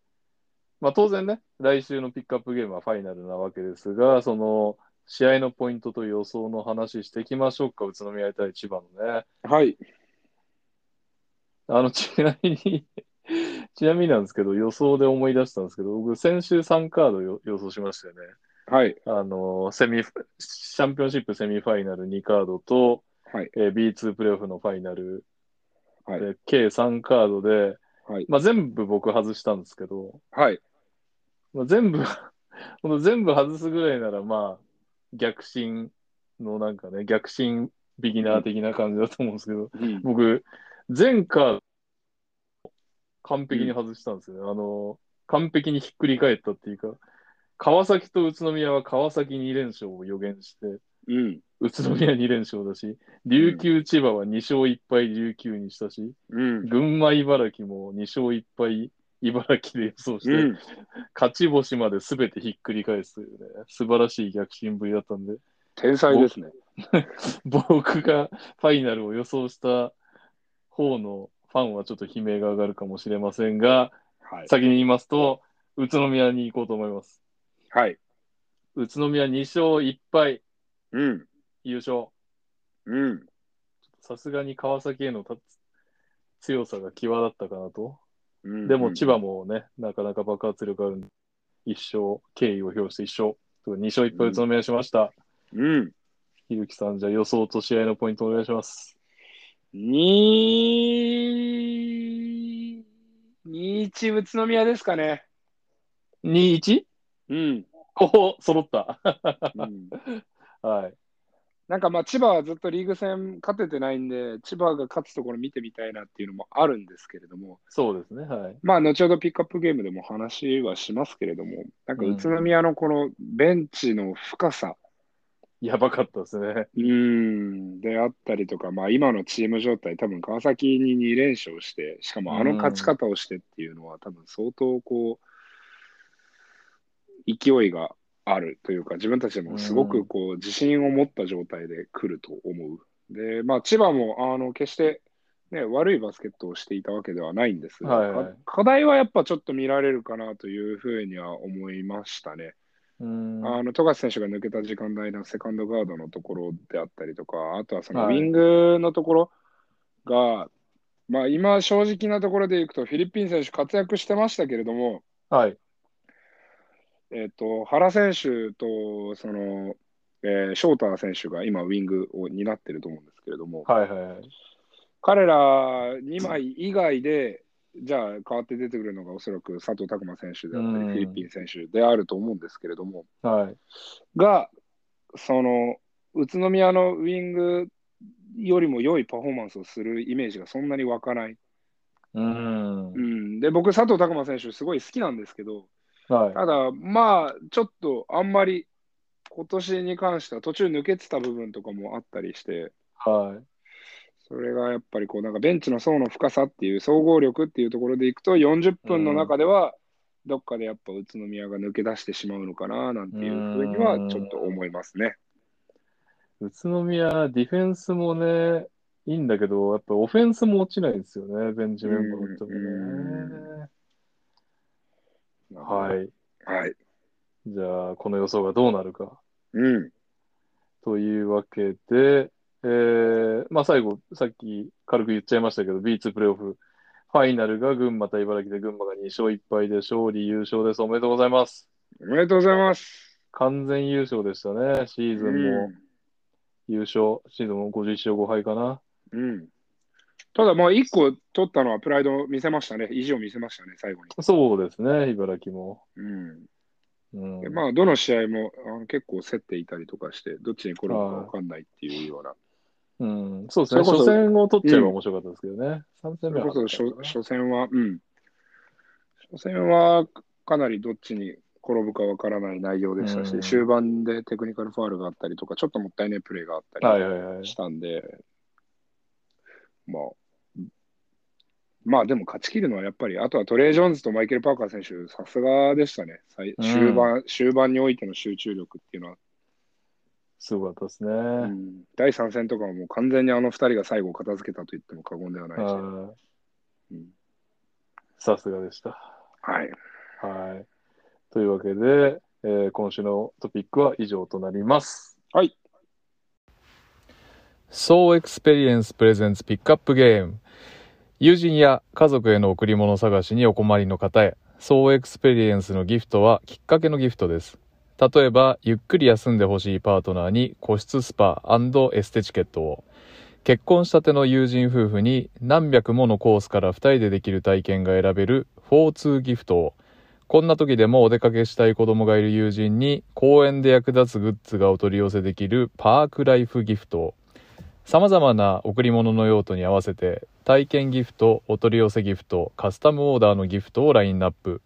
A: まあ、当然ね、来週のピックアップゲームはファイナルなわけですが、その試合のポイントと予想の話していきましょうか、宇都宮対千葉のね。
B: はい。
A: あの [laughs] ちなみに、ちなみになんですけど、予想で思い出したんですけど、僕、先週3カードよ予想しましたよね。
B: はい。
A: あのセミフ、チャンピオンシップセミファイナル2カードと、
B: はい。
A: えー B2 プレーオフのファイナル、
B: はい
A: で計3カードで、
B: はい
A: まあ、全部僕外したんですけど、
B: はい。
A: まあ、全部 [laughs] この全部外すぐらいならまあ逆進のなんかね逆進ビギナー的な感じだと思うんですけど、
B: うん
A: 僕全カード完璧に外したんですよね、あの完璧にひっくり返ったっていうか川崎と宇都宮は川崎2連勝を予言して
B: うん。
A: 宇都宮2連勝だし琉球千葉は2勝1敗琉球にしたし、
B: うん。
A: 群馬、茨城も2勝1敗、茨城で予想して、
B: うん。
A: 勝ち星まで全てひっくり返すというね、素晴らしい逆進ぶりだったんで、
B: 天才ですね。
A: [laughs] 僕がファイナルを予想した方のファンはちょっと悲鳴が上がるかもしれませんが、
B: はい。
A: 先に言いますと、宇都宮に行こうと思います。
B: はい。
A: 宇都宮2勝1敗、
B: うん。
A: 優勝。
B: うん。
A: さすがに川崎へのた強さが際立ったかなと
B: うん
A: でも千葉もね、なかなか爆発力あるんで、一勝、敬意を表して一勝、2勝1敗宇都宮しました。
B: うん。
A: ひるきさん、じゃあ予想と試合のポイントお願いします。
B: に、に一宇都宮ですかね。
A: 2-1?
B: うん。
A: おお、揃った。 [laughs]
B: うん
A: はい。
B: なんかまあ千葉はずっとリーグ戦勝ててないんで、千葉が勝つところ見てみたいなっていうのもあるんですけれども、
A: そうですね、はい。
B: まあ後ほどピックアップゲームでも話はしますけれども、なんか宇都宮のこのベンチの深さ、
A: やばかったですね。
B: うん、であったりとか、まあ今のチーム状態、多分川崎に2連勝して、しかもあの勝ち方をしてっていうのは、多分相当こう、勢いがあるというか、自分たちでもすごくこう、自信を持った状態で来ると思う。で、まあ千葉も、あの、決して、ね、悪いバスケットをしていたわけではないんですが、
A: はいはい
B: か課題はやっぱちょっと見られるかなというふうには思いましたね。
A: うーん。
B: あの富樫選手が抜けた時間帯のセカンドガードのところであったりとか、あとはそのウ
A: はい
B: ィングのところが、まあ、今、正直なところでいくと、フィリピン選手、活躍してましたけれども、
A: はい。
B: えっと原選手とその、えーショーター選手が今、ウィングを担ってると思うんですけれども、
A: はいはいはい。
B: 彼ら2枚以外で、じゃあ、代わって出てくるのがおそらく佐藤拓磨選手であったり、
A: うん
B: フィリピン選手であると思うんですけれども。
A: はい。
B: が、その、宇都宮のウイングよりも良いパフォーマンスをするイメージがそんなに湧かない。
A: うん
B: う。ん、で、僕、佐藤拓磨選手、すごい好きなんですけど、
A: はい。
B: ただ、まあ、ちょっとあんまり今年に関しては途中抜けてた部分とかもあったりして、
A: はい。
B: それがやっぱりこうなんかベンチの層の深さっていう総合力っていうところでいくと40分の中ではどっかでやっぱ宇都宮が抜け出してしまうのかななんていうふうにはちょっと思いますね。。
A: 宇都宮、ディフェンスもね、いいんだけど、やっぱオフェンスも落ちないですよね、ベンチメンバーの人もね。はいい。
B: はい。
A: じゃあ、この予想がどうなるか。
B: うん。
A: というわけで、えーまあ、最後、さっき軽く言っちゃいましたけど、B2 プレーオフ、ファイナルが群馬対茨城で、群馬が2勝1敗で勝利優勝です。おめでとうございます。
B: おめでとうございます。
A: 完全優勝でしたね。シーズン
B: う
A: も
B: ん
A: 優勝、シーズンも51勝5敗かな。
B: うん。ただまあ1個取ったのはプライドを見せましたね。意地を見せましたね、最後に。
A: そうですね、茨城も。
B: うん。
A: うん
B: でまあ、どの試合もあの結構競っていたりとかして、どっちに転ぶか分かんないっていうような。
A: うん、そうですね、
B: それこ
A: 初
B: そ
A: 戦を取っちゃえば面白かったですけどね。3
B: そ
A: 戦目
B: れ
A: は
B: こそ初
A: 勝った
B: 初戦は、うん。初戦はかなりどっちに転ぶか分からない内容でしたし、
A: うん
B: 終盤でテクニカルファールがあったりとか、ちょっともったいないプレーがあったり。
A: かなはいはいはい。
B: したんで、まあ、まあでも勝ち切るのはやっぱり、あとはトレイ・ジョーンズとマイケル・パーカー選手、さすがでしたね、最
A: うん
B: 終盤、終盤においての集中力っていうのは、
A: すごかったですね。
B: うん第3戦とかはもう完全にあの2人が最後片付けたと言っても過言ではないし、
A: はい
B: うん
A: さすがでした。
B: はい、
A: はい。というわけで、えー今週のトピックは以上となります。
B: はい。
A: So Experience Presents Pickup Game 友人や家族への贈り物探しにお困りの方へ So Experience のギフトはきっかけのギフトです例えばゆっくり休んでほしいパートナーに個室スパエステチケットを結婚したての友人夫婦に何百ものコースから2人でできる体験が選べる4-2ギフトをこんな時でもお出かけしたい子供がいる友人に公園で役立つグッズがお取り寄せできるパークライフギフトを様々な贈り物の用途に合わせて体験ギフト、お取り寄せギフト、カスタムオーダーのギフトをラインナップ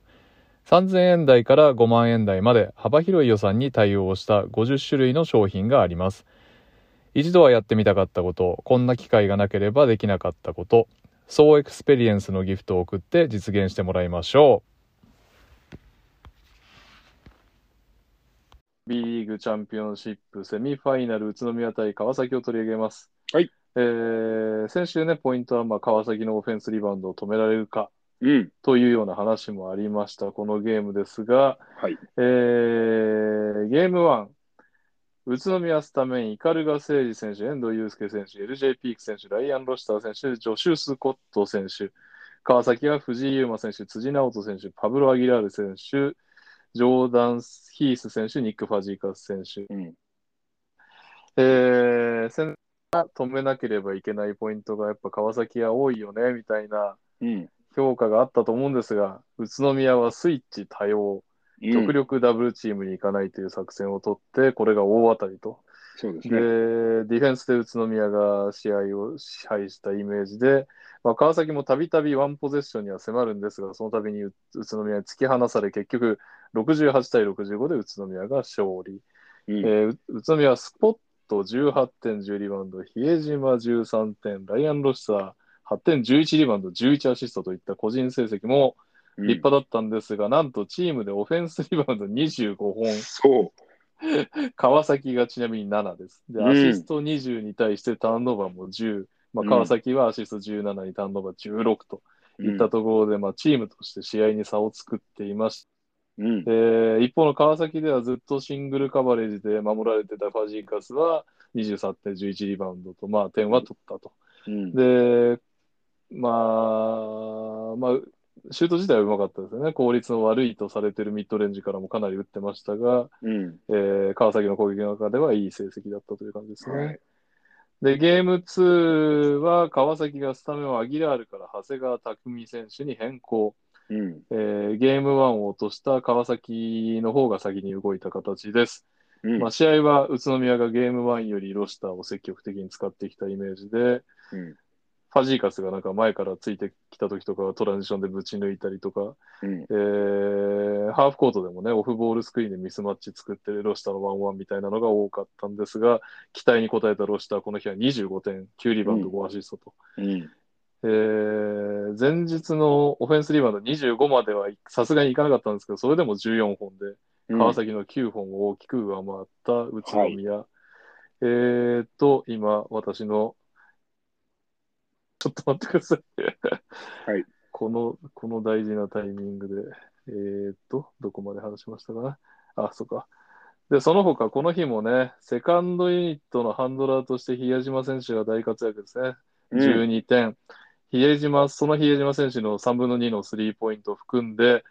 A: 3000円台から5万円台まで幅広い予算に対応した50種類の商品があります一度はやってみたかったこと、こんな機会がなければできなかったこと、総エクスペリエンスのギフトを送って実現してもらいましょう。B リーグチャンピオンシップセミファイナル宇都宮対川崎を取り上げます。
B: はい。
A: えー、先週ね、ポイントはまあ川崎のオフェンスリバウンドを止められるか
B: うん、
A: というような話もありました、このゲームですが、
B: はい、
A: えーゲーム1、宇都宮スタメン、鵤誠司選手、遠藤祐介選手、LJ ピーク選手、ライアン・ロシター選手、ジョシュー・スコット選手、川崎は藤井祐馬選手、辻直人選手、パブロ・アギラール選手、ジョーダン・ヒース選手、ニック・ファジーカス選手、
B: うん、
A: えー、先が止めなければいけないポイントがやっぱ川崎は多いよねみたいな
B: うん、
A: 評価があったと思うんですが、宇都宮はスイッチ多様、
B: う
A: 極
B: ん、
A: 力ダブルチームに行かないという作戦を取って、これが大当たりと。
B: そうです
A: で、
B: ね
A: デ。ィフェンスで宇都宮が試合を支配したイメージで、まあ、川崎もたびたびワンポゼッションには迫るんですが、その度に宇都宮に突き放され、結局68対65で宇都宮が勝利。
B: うん
A: えーう宇都宮はスポット18点10リバウンド、比江島13点、ライアン・ロシター8点11リバウンド、11アシストといった個人成績も
B: うん
A: 立派だったんですが、なんとチームでオフェンスリバウンド25本、
B: そ
A: 川崎がちなみに7です。で、
B: うん
A: アシスト20に対してターンオーバーも10、まあ、
B: うん
A: 川崎はアシスト17にターンオーバー16と
B: う。
A: いったところで、まあ、チームとして試合に差を作っていまして、
B: うん、
A: えー一方の川崎ではずっとシングルカバレージで守られてたファジーカスは23点11リバウンドと、まあ、点は取ったと。
B: うん、
A: で、まあ、まあ、シュート自体はうまかったですよね。効率の悪いとされてるミッドレンジからもかなり打ってましたが、
B: うん、
A: えー川崎の攻撃の中ではいい成績だったという感じですね。
B: はい
A: で、ゲーム2は川崎がスタメンをアギラールから長谷川匠選手に変更。
B: うん、
A: えーゲーム1を落とした川崎の方が先に動いた形です。
B: うん
A: まあ、試合は宇都宮がゲーム1よりロシターを積極的に使ってきたイメージで、
B: うん
A: ファジーカスがなんか前からついてきた時とかはトランジションでぶち抜いたりとか、
B: うん
A: えーハーフコートでもね、オフボールスクリーンでミスマッチ作ってロシターのワンワンみたいなのが多かったんですが、期待に応えたロシター、この日は25点、9リバウンド5アシストと。
B: うん。
A: えー前日のオフェンスリバウンド25まではさすがにいかなかったんですけど、それでも14本で、
B: うん
A: 川崎の9本を大きく上回った宇都宮。えー、と、今、私の、ちょっと待ってください。
B: [laughs] はい。
A: この、この大事なタイミングで、えー、と、どこまで話しましたかな。あ、そっか。で、その他、この日もね、セカンドユニットのハンドラーとして、比江島選手が大活躍ですね。
B: うん
A: 12点。比江島、その比江島選手の3分の2のスリーポイントを含んで、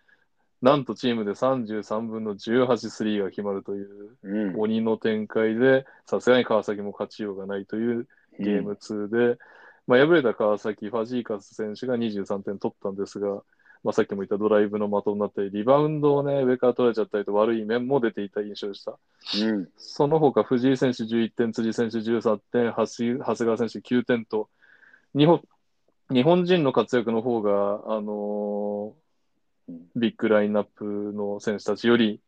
A: なんとチームで33分の18スリーが決まるという
B: うん
A: 鬼の展開で、さすがに川崎も勝ちようがないというゲーム2で、まあ、敗れた川崎、ファジーカス選手が23点取ったんですが、まあ、さっきも言ったドライブの的になったり、リバウンドをね、上から取られちゃったりと悪い面も出ていた印象でした。
B: うん
A: その他、藤井選手11点、辻選手13点、長谷長谷川選手9点と、日本日本人の活躍の方が、あのー
B: うん
A: ビッグラインナップの選手たちより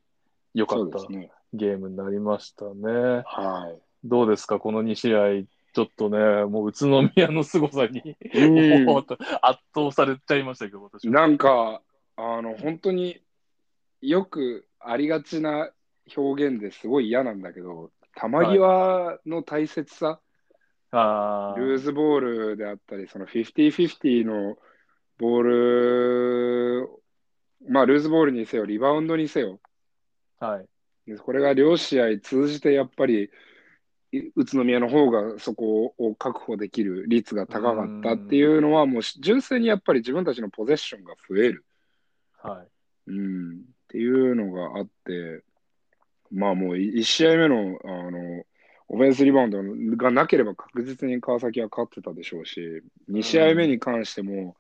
A: 良か
B: そ
A: っ
B: うで
A: た
B: すね。
A: ゲームになりましたね。
B: は
A: どうですか、この2試合、ちょっとね、もう宇都宮の凄さに、
B: い。うん
A: [laughs] もう圧倒されちゃいましたけど、私は。
B: [laughs] なんか、あの、本当によくありがちな表現ですごい嫌なんだけど、球際の大切さ、
A: あー
B: ルーズボールであったり、その50-50のボール、まあ、ルーズボールにせよ、リバウンドにせよ、
A: はい、
B: でこれが両試合通じてやっぱりい宇都宮の方がそこを確保できる率が高かったっていうのはもうし純粋にやっぱり自分たちのポゼッションが増える、
A: はい、
B: うん、っていうのがあってまあもう1試合目のあのオフェンスリバウンドがなければ確実に川崎は勝ってたでしょうし2試合目に関しても、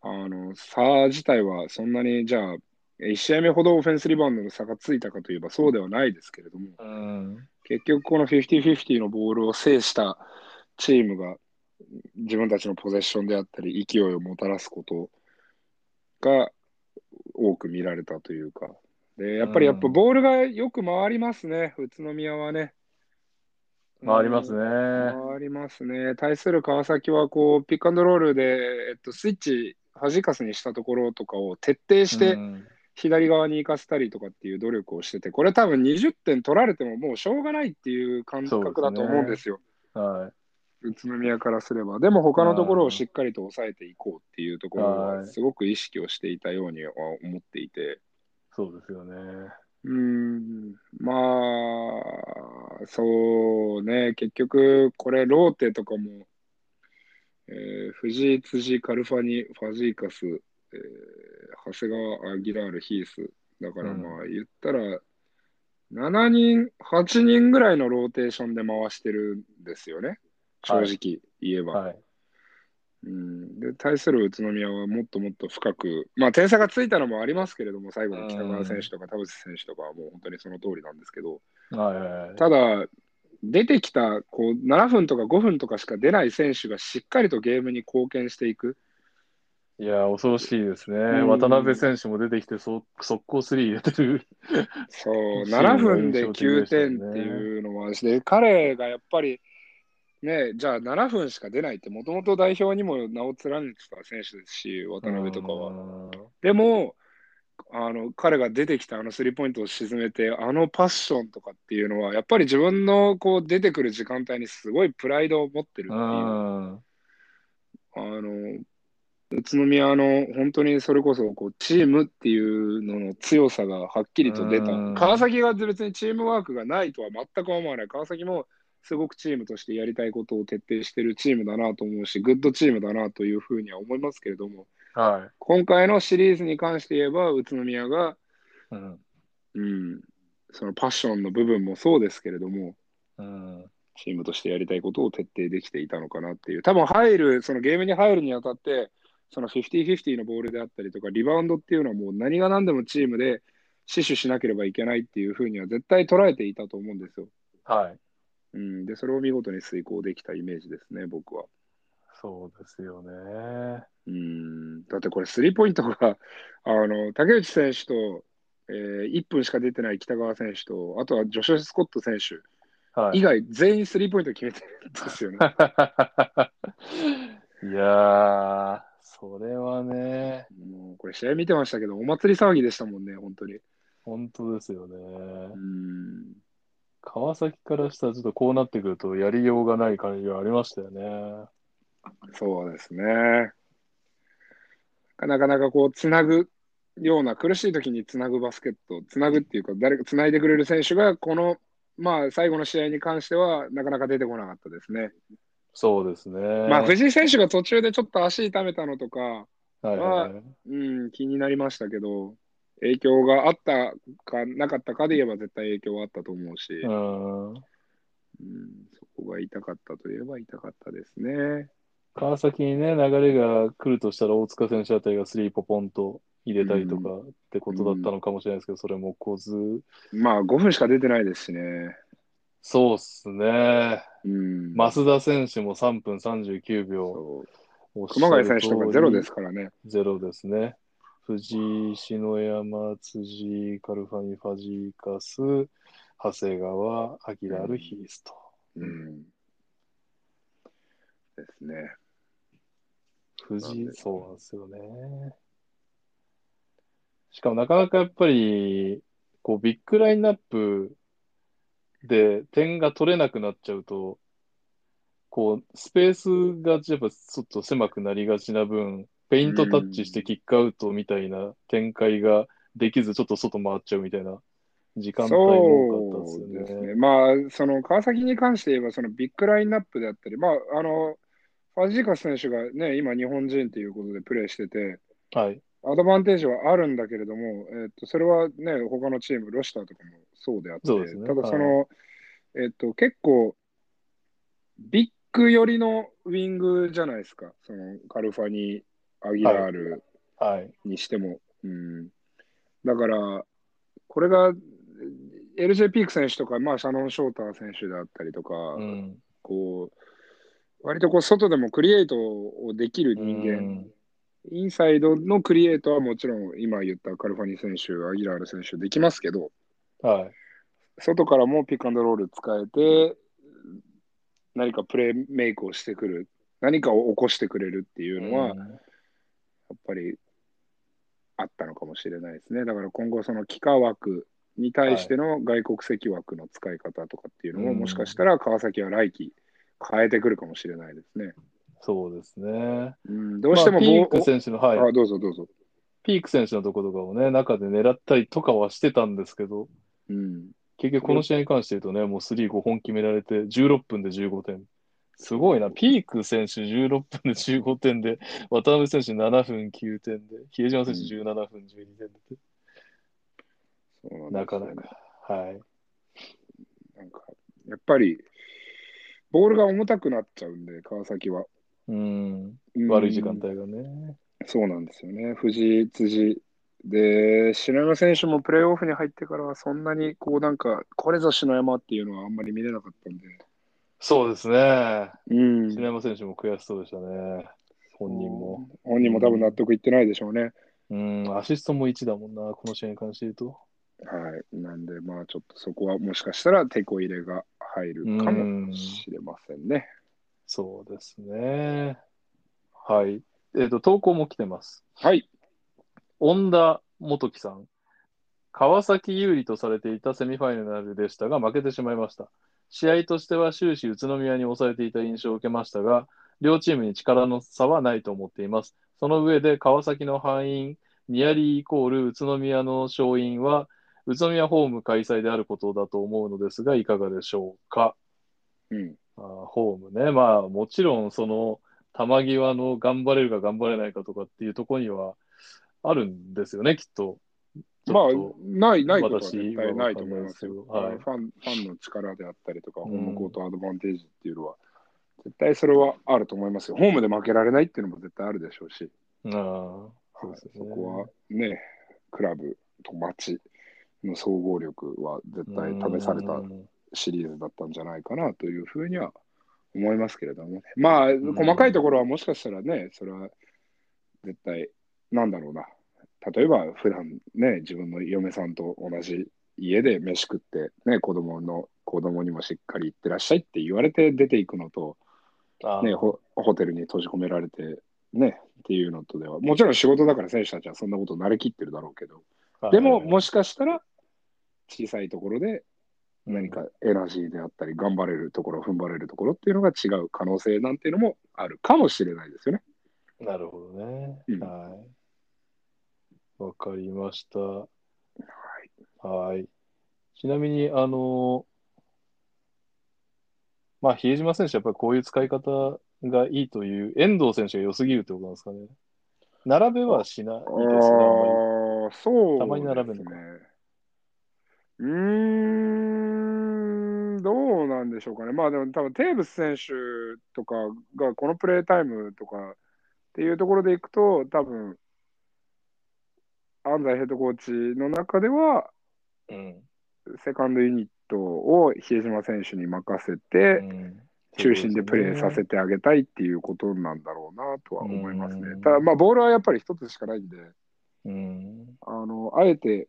B: あの差自体はそんなにじゃあ1試合目ほどオフェンスリバウンドの差がついたかといえばそうではないですけれども、
A: うん、
B: 結局この50-50のボールを制したチームが自分たちのポゼッションであったり勢いをもたらすことが多く見られたというかでやっぱりやっぱ
A: うん
B: ボールがよく回りますね、宇都宮はね。
A: 回りますね。
B: 回りますね。対する川崎はこうピックアンドロールで、えっと、スイッチ弾かすにしたところとかを徹底して、
A: うん
B: 左側に行かせたりとかっていう努力をしてて、これ多分20点取られてももうしょうがないっていう感覚だと思うんですよ、
A: はい
B: 宇都宮からすれば。でも他のところをしっかりと抑えていこうっていうところ
A: は
B: はいすごく意識をしていたようには思っていて、
A: そうですよね。
B: うーん、まあ、そうね、結局これローテとかも、えー藤井、辻、カルファニ、ファジーカス、えー長谷川、アギラール、ヒース。だから
A: うん
B: まあ言ったら、7人、8人ぐらいのローテーションで回してるんですよね。正
A: はい
B: 直言えば。
A: はい。
B: うん、で対する宇都宮はもっともっと深く、まあ、点差がついたのもありますけれども、最後の北川選手とか田臥選手とかはもう本当にその通りなんですけど、
A: はいはいはい。
B: ただ、出てきたこう7分とか5分とかしか出ない選手がしっかりとゲームに貢献していく、
A: いや、恐ろしいですね。
B: うん
A: 渡辺選手も出てきて、そ速攻スリー入れてる。
B: そう
A: チームが
B: 7分で
A: 印象的で
B: 9
A: したよ
B: 点
A: ね
B: っていうのもあるし、で彼がやっぱり、ね、じゃあ7分しか出ないって、もともと代表にも名を連ねてた選手ですし、渡辺とかは。
A: うん
B: でも、あの彼が出てきたあのスリーポイントを沈めて、あのパッションとかっていうのは、やっぱり自分のこう出てくる時間帯にすごいプライドを持ってるっていう、あ
A: うん。
B: の宇都宮の本当にそれこそこうチームっていうのの強さがはっきりと出た
A: うん、
B: 川崎が別にチームワークがないとは全く思わない、川崎もすごくチームとしてやりたいことを徹底してるチームだなと思うし、グッドチームだなというふうには思いますけれども。
A: はい。
B: 今回のシリーズに関して言えば、宇都宮が、
A: うん。
B: うん、そのパッションの部分もそうですけれども、
A: うん。
B: チームとしてやりたいことを徹底できていたのかなっていう、多分入る、そのゲームに入るにあたって、その50-50のボールであったりとか、リバウンドっていうのはもう何が何でもチームで死守しなければいけないっていうふうには絶対捉えていたと思うんですよ。
A: はい。
B: うん、で、それを見事に遂行できたイメージですね、僕は。
A: そうですよね。
B: うんだってこれ、スリーポイントが、 [laughs] あの、竹内選手と、えー1分しか出てない北川選手と、あとはジョシュ・スコット選手
A: はい。
B: 以外、全員スリーポイント決めてるんですよね。
A: [laughs] いやー、それはね、
B: もうこれ、試合見てましたけど、お祭り騒ぎでしたもんね、本当に。
A: 本当ですよね。
B: うん
A: 川崎からしたらちょっとこうなってくるとやりようがない感じがありましたよね。
B: そうですね。なかなかこう、つなぐような、苦しい時につなぐバスケット、つなぐっていうか、誰かつないでくれる選手が、この、まあ、最後の試合に関しては、なかなか出てこなかったですね。
A: そうですね。
B: まあ、藤井選手が途中でちょっと足痛めたのとか、
A: はいはいはい
B: うん、気になりましたけど、影響があったかなかったかで言えば、絶対影響はあったと思うし、
A: うん
B: うん、そこが痛かったといえば痛かったですね。
A: 川崎にね、流れが来るとしたら大塚選手あたりがスリーポポンと入れたりとかってことだったのかもしれないですけど、それも来ず。
B: まあ、5分しか出てないですしね。
A: そうっすね。
B: うん、
A: 増田選手も3分39秒。
B: そう
A: おっしゃ
B: 熊
A: る
B: 谷
A: 通
B: 選
A: り
B: 手とかゼロですからね。
A: ゼロですね。藤井、篠山、辻、カルファニ、ファジーカス、長谷川、アキラル、ヒースと。
B: うん。ですね。
A: 藤井、そうなんですよね。しかもなかなかやっぱり、こうビッグラインナップで点が取れなくなっちゃうと、こうスペースがやっぱちょっと狭くなりがちな分、ペイントタッチしてキックアウトみたいな展開ができず、ちょっと外回っちゃうみたいな時間帯も多かったです
B: そ
A: よ
B: うです
A: ね。
B: ね。まあ、その川崎に関して言えば、そのビッグラインナップであったり、まあ、あの、ファジーカス選手がね、今、日本人ということでプレーしてて、
A: はい。
B: アドバンテージはあるんだけれども、えっとそれはね、他のチーム、ロシターとかもそうであって、
A: そうですね
B: ただその、えっと結構、ビッグ寄りのウィングじゃないですか、そのカルファニアギラール、
A: はい。
B: にしても。うん、だから、これが、え LJ ピーク選手とか、まあ、シャノン・ショーター選手だったりとか、
A: うん。
B: こう割とこう外でもクリエイトをできる人間、
A: うん
B: インサイドのクリエイトはもちろん、今言ったカルファニ選手、アギラール選手、できますけど、
A: はい。
B: 外からもピックアンドロール使えて、何かプレーメイクをしてくる、何かを起こしてくれるっていうのは、
A: うん
B: やっぱりあったのかもしれないですね。だから今後、その幾何枠に対しての外国籍枠の使い方とかっていうのも、
A: うん
B: もしかしたら川崎は来季変えてくるかもしれないですね。
A: そうですね。
B: うん、どうしても
A: まあ
B: ボー
A: ピーク選手の、はい。
B: あ、どうぞどうぞ。
A: ピーク選手のところとかもね、中で狙ったりとかはしてたんですけど、
B: うん、
A: 結局この試合に関して言うとね、もう3、5本決められて、16分で15点。すごいな、ピーク選手16分で15点で、渡辺選手7分9点で、比江島選手17分12点で、
B: そう
A: なん
B: なです
A: か
B: よ
A: な
B: ね。
A: か。はい。
B: なんかやっぱり、ボールが重たくなっちゃうんで、川崎は。
A: うん、
B: うん
A: 悪い時間帯がね。
B: そうなんですよね。藤井、辻。で、篠山選手もプレーオフに入ってからは、そんなにこうなんか、これぞ篠山っていうのはあんまり見れなかったんで。
A: そうですね。
B: うん。
A: 篠山選手も悔しそうでしたね。本人も。。
B: 本人も多分納得いってないでしょうね。
A: うん、アシストも1だもんな、この試合に関して言うと。
B: はい。なんで、まあちょっとそこはもしかしたら、手こ入れが入るかもしれませんね。
A: そうですね。はい。えっ、と、投稿も来てます。
B: はい。
A: 恩田元樹さん。川崎有利とされていたセミファイナルでしたが、負けてしまいました。試合としては終始宇都宮に抑えていた印象を受けましたが、両チームに力の差はないと思っています。その上で川崎の敗因、ニアリーイコール宇都宮の勝因は、宇都宮ホーム開催であることだと思うのですが、いかがでしょうか。
B: うん。
A: あーホームね、まあもちろんその球際の頑張れるか頑張れないかとかっていうところにはあるんですよね、きっと。
B: まあ
A: ちょっと、
B: ない、ないことは絶対ないと思いますよ
A: 私。はわかんないですけ
B: ファンファンの力であったりとか、
A: うん
B: ホームコートアドバンテージっていうのは、絶対それはあると思いますよ。ホームで負けられないっていうのも絶対あるでしょうし、
A: あーそうです
B: そ
A: よね
B: こはね、クラブと街の総合力は絶対試された
A: うん
B: シリーズだったんじゃないかなというふうには思いますけれども、まあ、
A: ん
B: 細かいところはもしかしたらね、それは絶対、なんだろうな。例えば、普段ね、自分の嫁さんと同じ家で飯食って、ね、子供の、子供にもしっかり行ってらっしゃいって言われて出ていくのと、
A: あ
B: ね、ホホテルに閉じ込められて、ね、っていうのとでは、もちろん仕事だから選手たちはそんなこと慣れきってるだろうけど、
A: あ
B: でも、
A: はい
B: もしかしたら、小さいところで
A: うん
B: 何かエナジーであったり、頑張れるところ、踏ん張れるところっていうのが違う可能性なんていうのもあるかもしれないですよね。
A: なるほどね。
B: うん
A: はい。わかりました。
B: はい、
A: はい。ちなみに、あの、まあ、比江島選手、やっぱりこういう使い方がいいという、遠藤選手が良すぎるってことなんですかね。並べはしないですね、あんまり。
B: あーそう、ね。
A: たまに並べるのか
B: うーん、どうなんでしょうかね。まあでも多分テーブス選手とかがこのプレータイムとかっていうところでいくと、多分安西ヘッドコーチの中では、
A: うん
B: セカンドユニットを比江島選手に任せ
A: う
B: て、
A: ん
B: 中心でプレーさせてあげたいっていうことなんだろうなとは思いますね。ただ、まあ、ボールはやっぱり一つしかないんで、
A: うん。
B: あの、あえて、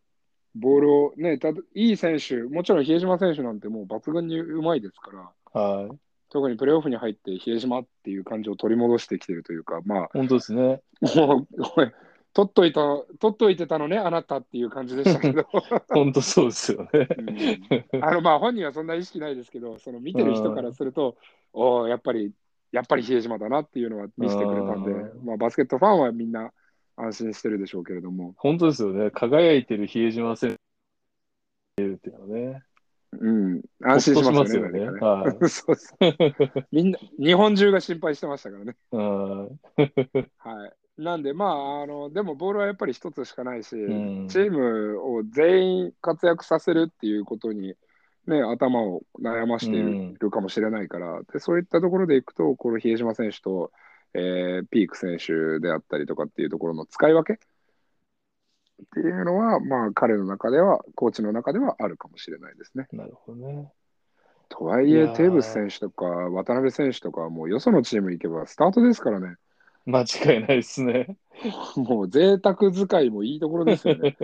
B: ボールをね、ただいい選手、もちろん比江島選手なんてもう抜群にうまいですから、
A: はい。
B: 特にプレーオフに入って比江島っていう感じを取り戻してきてるというか、ま
A: 本当ですね。
B: あ、もう、これ、取っといた、取っといてたのね、あなたっていう感じでしたけど、
A: 本当そうですよね。 [laughs]
B: うんあのまあ本人はそんな意識ないですけど、その見てる人からすると、おーやっぱり、やっぱり比江島だなっていうのは見せてくれたんで、
A: う
B: まあ、バスケットファンはみんな安心してるでしょうけれども、
A: 本当ですよね。輝いてる比江島選手がいるっていうのはね。
B: うん、安心しますよね。
A: ほ
B: な
A: っ
B: ん
A: としますよね。はい。
B: かね [laughs] そうそうみんな、日本中が心配してましたからね。
A: うん
B: はい、なんで、まああの、でもボールはやっぱり一つしかないし、
A: ん
B: チームを全員活躍させるっていうことに、ね、頭を悩ましてい
A: うん
B: るかもしれないから、でそういったところでいくと、この比江島選手と、えーピーク選手であったりとかっていうところの使い分けっていうのは、まあ、彼の中では、コーチの中ではあるかもしれないですね。
A: なるほどね。
B: とはい
A: い
B: え、
A: やー
B: テーブス選手とか渡辺選手とかは、もうよそのチーム行けばスタートですからね、
A: 間違いないですね。
B: もう贅沢使いもいいところで
A: [laughs]
B: すよね。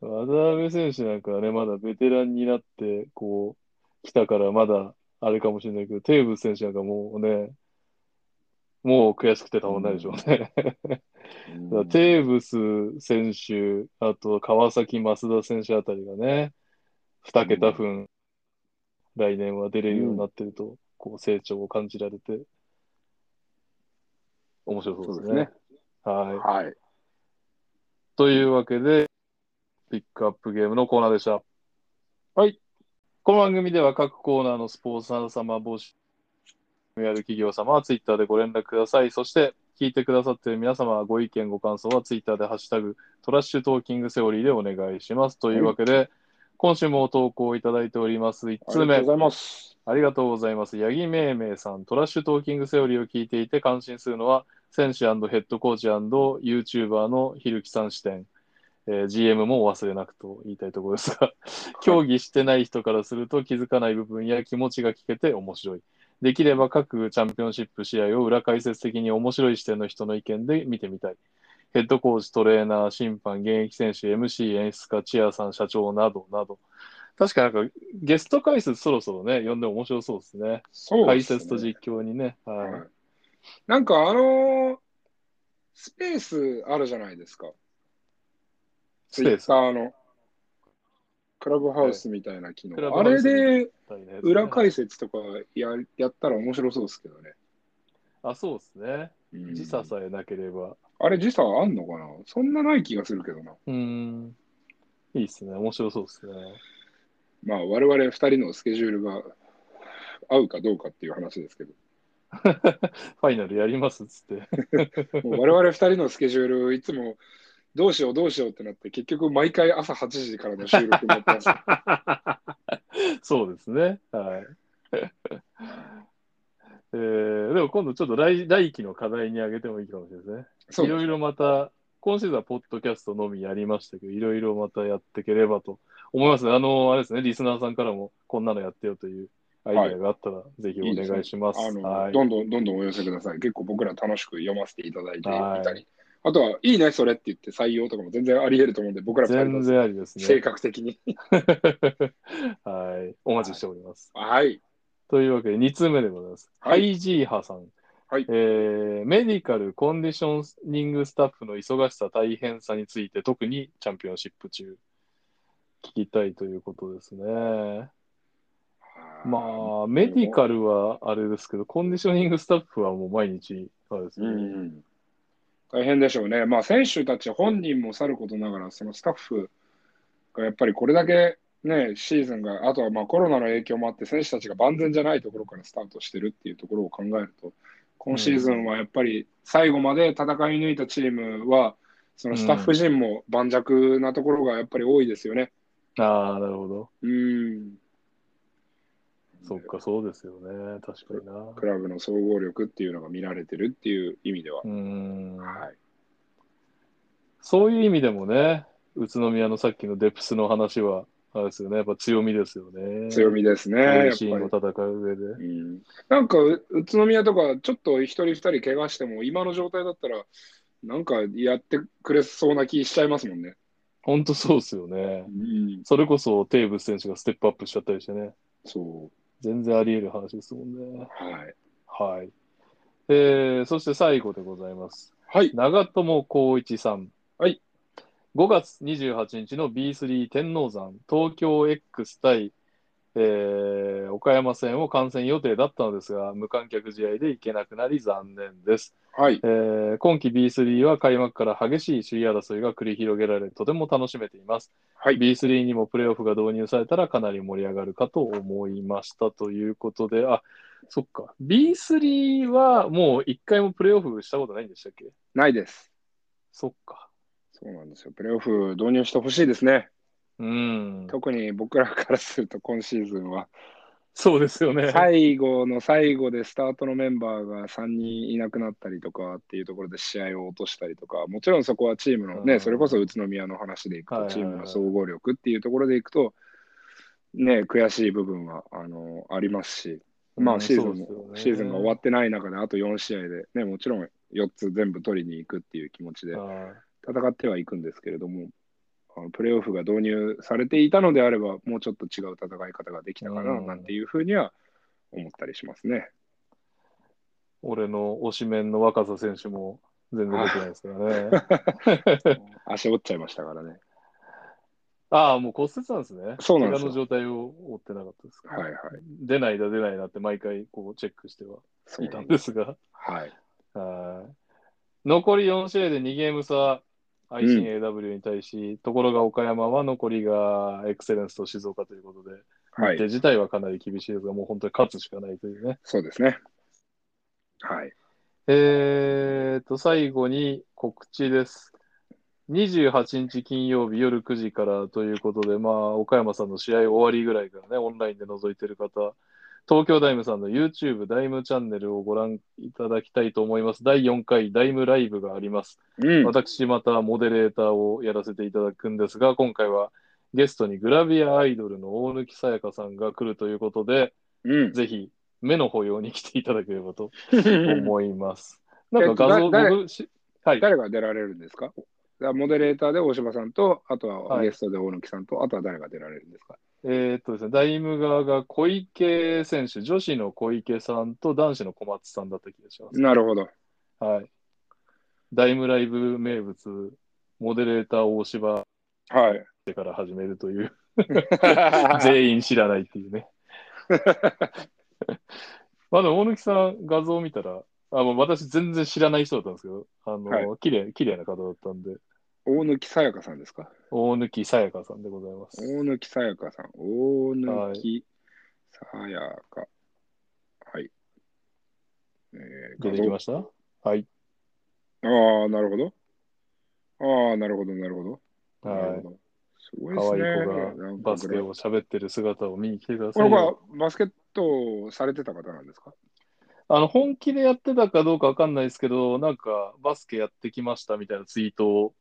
A: 渡辺選手なんかはね、まだベテランになって、こう、来たからまだあれかもしれないけど、テーブス選手なんかもうね、もう悔しくてたまんないでしょうね。だからテーブス選手、あと川崎、増田選手あたりがね、2桁分、来年は出れるようになってると、こう成長を感じられて、面白そうですね。はい。
B: はい。
A: というわけで、ピックアップゲームのコーナーでした。
B: はい。
A: この番組では各コーナーのスポンサー様募集、やる企業様はツイッターでご連絡ください。そして、聞いてくださっている皆様、ご意見、ご感想はツイッターでハッシュタグ、トラッシュトーキングセオリーでお願いします。というわけで、今週も投稿いただいております。1
B: あり
A: 通
B: がと
A: 目
B: うご。ざいます。
A: ありがとうございます。八木めいめいさん、トラッシュトーキングセオリーを聞いていて感心するのは、選手ヘッドコーチ &YouTuber のひるきさん視点、えー GM もお忘れなくと言いたいところですが、競技してない人からすると気づかない部分や気持ちが聞けて面白い。できれば各チャンピオンシップ試合を裏解説的に面白い視点の人の意見で見てみたい。ヘッドコーチ、トレーナー、審判、現役選手、MC、演出家、チアさん、社長などなど。確かなんかゲスト解説そろそろね、呼んでも面白そうですね。
B: そう
A: 解
B: ですね
A: 説と実況にね。
B: はい
A: は
B: なんかあのースペースあるじゃないですか。
A: スペース
B: Twitter の。クラブハウスみたいな機能。
A: はい
B: あれ
A: クラブ
B: で
A: い。
B: 裏解説とかややったら面白そうですけどね。
A: あ、そうですね。
B: うん
A: 時差さえなければ。
B: あれ時差あんのかなそんなない気がするけどな。
A: うん。いいですね。面白そうですね。
B: まあ我々二人のスケジュールが合うかどうかっていう話ですけど。
A: [laughs] ファイナルやりますっつって。
B: もう我々2人のスケジュール、いつもどうしようどうしようってなって、結局毎回朝8時からの収録になって
A: [laughs]
B: ます。は
A: そうですね。はい。 [laughs] えー、でも今度ちょっと来来期の課題にあげてもいいかもしれないですね。
B: そう
A: いろいろまた、今シーズンはポッドキャストのみやりましたけど、いろいろまたやっていければと思いますね。あの、あれですね、リスナーさんからもこんなのやってよというアイデアがあったら、ぜひお願いします。
B: あの、
A: はい。
B: どんどんどんどんお寄せください。結構僕ら楽しく読ませていただいていたり、
A: はい
B: あとは、いいね、それって言って採用とかも全然あり得ると思うんで、僕ら二人
A: 全
B: の
A: 然ありです
B: 性
A: ね。
B: 格的に。
A: [laughs] はい。お待ちしております。
B: はい。
A: というわけで、2通目でございます。
B: はい
A: ハイジーハさん。
B: はい
A: えーメディカルコンディショニングスタッフの忙しさ、大変さについて、特にチャンピオンシップ中、聞きたいということですね。まあ、メディカルはあれですけど、コンディショニングスタッフはもう毎日、あれです
B: う
A: ね。
B: ん大変でしょうね。まあ、選手たち本人もさることながら、そのスタッフがやっぱりこれだけ、ね、シーズンが、あとはまあコロナの影響もあって、選手たちが万全じゃないところからスタートしてるっていうところを考えると、今シーズンはやっぱり最後まで戦い抜いたチームは、そのスタッフ陣も盤石なところがやっぱり多いですよね。
A: ああ、なるほど。
B: うん、
A: そっか、そうですよね。確かにな。
B: クラブの総合力っていうのが見られてるっていう意味では。
A: うん。
B: はい、
A: そういう意味でもね、宇都宮のさっきのデプスの話は、あれですよね。やっぱ強みですよね。
B: 強みですね、
A: こうい
B: や
A: う
B: っぱ
A: シーン
B: り
A: を。戦う上で。
B: うんなんかう宇都宮とかちょっと一人二人怪我しても今の状態だったらなんかやってくれそうな気しちゃいますもんね。
A: 本当そうですよね。それこそテーブス選手がステップアップしちゃったりしてね。
B: そ
A: 全然あり得る話ですもんね
B: う。。はい。
A: はい。えー、そして最後でございます。
B: はい。
A: 長友光一さん。
B: はい。
A: 5月28日の B3 天王山東京 X 対、えー岡山戦を観戦予定だったのですが、無観客試合で行けなくなり残念です。
B: はい。
A: えー今季 B3 は開幕から激しい首位争いが繰り広げられ、とても楽しめています。
B: はい
A: B3 にもプレーオフが導入されたらかなり盛り上がるかと思いましたということで、あそっか、B3 はもう一回もプレーオフしたことないんでしたっけ
B: ないです。
A: そっか。
B: そうなんですよ。プレーオフ導入してほしいですね。
A: うん。
B: 特に僕らからすると今シーズンは
A: そうですよね。
B: 最後の最後でスタートのメンバーが3人いなくなったりとかっていうところで試合を落としたりとかもちろんそこはチームの
A: う
B: ね
A: ん
B: それこそ宇都宮の話でいく
A: はい
B: と
A: はい
B: チ
A: はい
B: ームの総合力っていうところでいくとね悔しい部分はあのありますしま
A: う
B: あ
A: ん
B: シーズン
A: そう
B: も
A: ですよね
B: シーズンが終わってない中であと4試合でねもちろん4つ全部取りに行くっていう気持ちで
A: はい
B: 戦ってはいくんですけれどもあのプレーオフが導入されていたのであればもうちょっと違う戦い方ができたか
A: う
B: なんなんていうふうには思ったりします
A: [laughs]
B: ね。
A: 俺の推しメンの若狭選手も全然出てないですから
B: [laughs]
A: ね。
B: 足折っちゃいましたからね。
A: ああ、もう骨折なんですね。
B: そうなんで
A: 怪我
B: すよ
A: の状態を追ってなかったですか。
B: はいはい。
A: 出ないだ出ないなって毎回こうチェックしては
B: そう
A: いた
B: なん
A: ん
B: です。
A: ですが、
B: はい。
A: はい残り4試合で2ゲーム差、愛知 AW に対し、ところが岡山は残りがエクセレンスと静岡ということで、
B: は
A: で
B: い。
A: 自体はかなり厳しいですが、もう本当に勝つしかないというね。
B: そうですね。はい。
A: えー、と、最後に告知です。28日金曜日夜9時からということで、まあ、岡山さんの試合終わりぐらいからね、オンラインで覗いてる方、東京ダイムさんの YouTube ダイムチャンネルをご覧いただきたいと思います。第4回ダイムライブがあります。
B: うん。
A: 私、またモデレーターをやらせていただくんですが、今回はゲストにグラビアアイドルの大貫さやかさんが来るということで、
B: うん。
A: ぜひ目の保養に来ていただければと
B: 誰 [laughs]
A: 思います。なんか画像、
B: えっとだ
A: 僕しはい。
B: が出られるんですかモデレーターで大柴さんと、あとは
A: はい
B: ゲストで大貫さんと、あとは誰が出られるんですか
A: えーっとですね、ダイム側が小池選手、女子の小池さんと男子の小松さんだった気がします。
B: なるほど。
A: はい。ダイムライブ名物、モデレーター大芝 [laughs]
B: はい。
A: でから始めるという、全員知らないっていうね。 [laughs] まあでも、大貫さん、画像を見たら、あもう私、全然知らない人だったんですけど、あ
B: は
A: の、綺麗、綺麗な方だったんで、
B: 大貫さやかさんですか
A: 大貫さやかさんでございます。
B: 大貫さやかさん。大貫さやか。はい。えー
A: 出てきましたはい。
B: ああ、なるほど。ああ、なるほど、なるほど。な
A: は
B: る
A: い
B: ほ。ど。すごいで
A: 可
B: す
A: 愛い
B: ね。
A: 子がバスケ
B: を。
A: を喋ってる姿を見に来てくだ
B: こ
A: さ
B: の
A: い
B: 子
A: よ。
B: はバスケットをされてた方なんですか
A: あの本気でやってたかどうかわかんないですけど、なんかバスケやってきましたみたいなツイート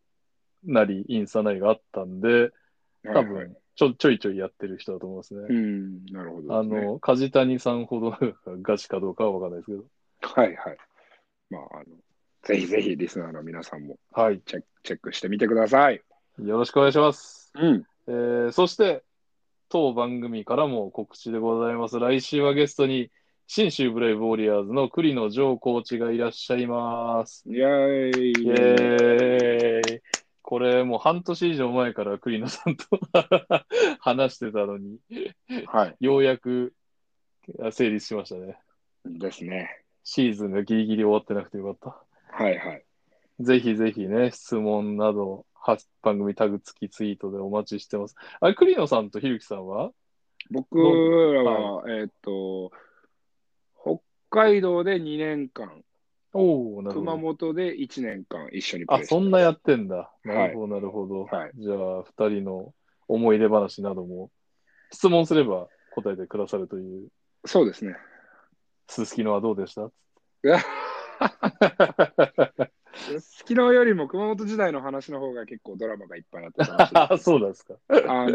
A: なり、インスタなりがあったんで、多
B: はいはい
A: 分ちょ、ちょいちょいやってる人だと思いますね。
B: うん、なるほ
A: あ
B: どですね、
A: の、梶谷さんほどガチかどうかはわかんないですけど。
B: はいはい。まあ、あの、ぜひぜひリスナーの皆さんも
A: はい。
B: チェックチェックしてみてください。
A: よろしくお願いします。
B: うん。
A: えーそして、当番組からも告知でございます。来週はゲストに、新州ブレイブウォリアーズの栗野城コーチがいらっしゃいます。
B: イェーイ。
A: イエーイ。これもう半年以上前から栗野さんと [laughs] 話してたのに、
B: はい。
A: ようやくあ成立しましたね。
B: ですね。
A: シーズンがギリギリ終わってなくてよかっ
B: はいはい。
A: た。ぜひぜひね、質問など、は番組タグ付きツイートでお待ちしてます。あれ、栗野さんとひるきさんは
B: 僕らは、えーっと、北海道で2年間、
A: おおなるほ
B: 熊
A: ど。
B: 本で1年間一緒にプレ
A: あ、
B: ーして
A: そんなやってんだ。
B: い
A: なるほど、なるほど。
B: はい
A: じゃあ、二人の思い出話なども、質問すれば答えてくださるという、
B: そうですね。 [laughs]
A: すすきのはどうでした
B: 昨日よりも熊本時代の話の方が結構ドラマがいっぱいあって楽しい
A: あそうなんですか。 [laughs]
B: あの
A: はい、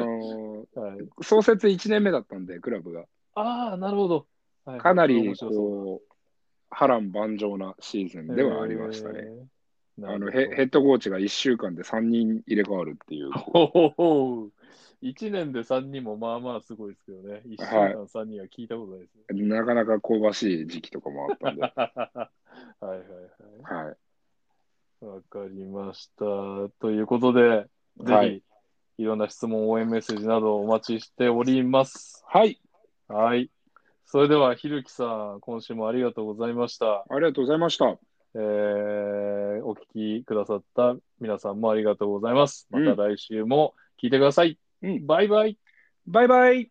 B: ー創設1年目だったんで、クラブが。
A: ああ、なるほど。はい
B: かなり
A: 面白そう
B: こう波乱万丈なシーズンではありましたね。。
A: えー
B: あの
A: なるほど
B: ヘヘッドコーチが1週間で3人入れ替わるっていう。
A: ほほ [laughs] ほ1年で3人もまあまあすごいですけどね。1週間3人は聞いたことないですね。 [laughs]
B: なかなか香ばしい時期とかもあったんで。は
A: はい、はいはい
B: い。
A: はいわかりました。ということで、ぜひ、
B: はいい、
A: ろんな質問、応援メッセージなどお待ちしております。
B: はい。
A: はい。それでは、ひるきさん、今週もありがとうございました。
B: ありがとうございました。
A: えーお聞きくださった皆さんもありがとうございます。また来週も聞いてください。
B: うん
A: バイバイ。
B: バイバイ。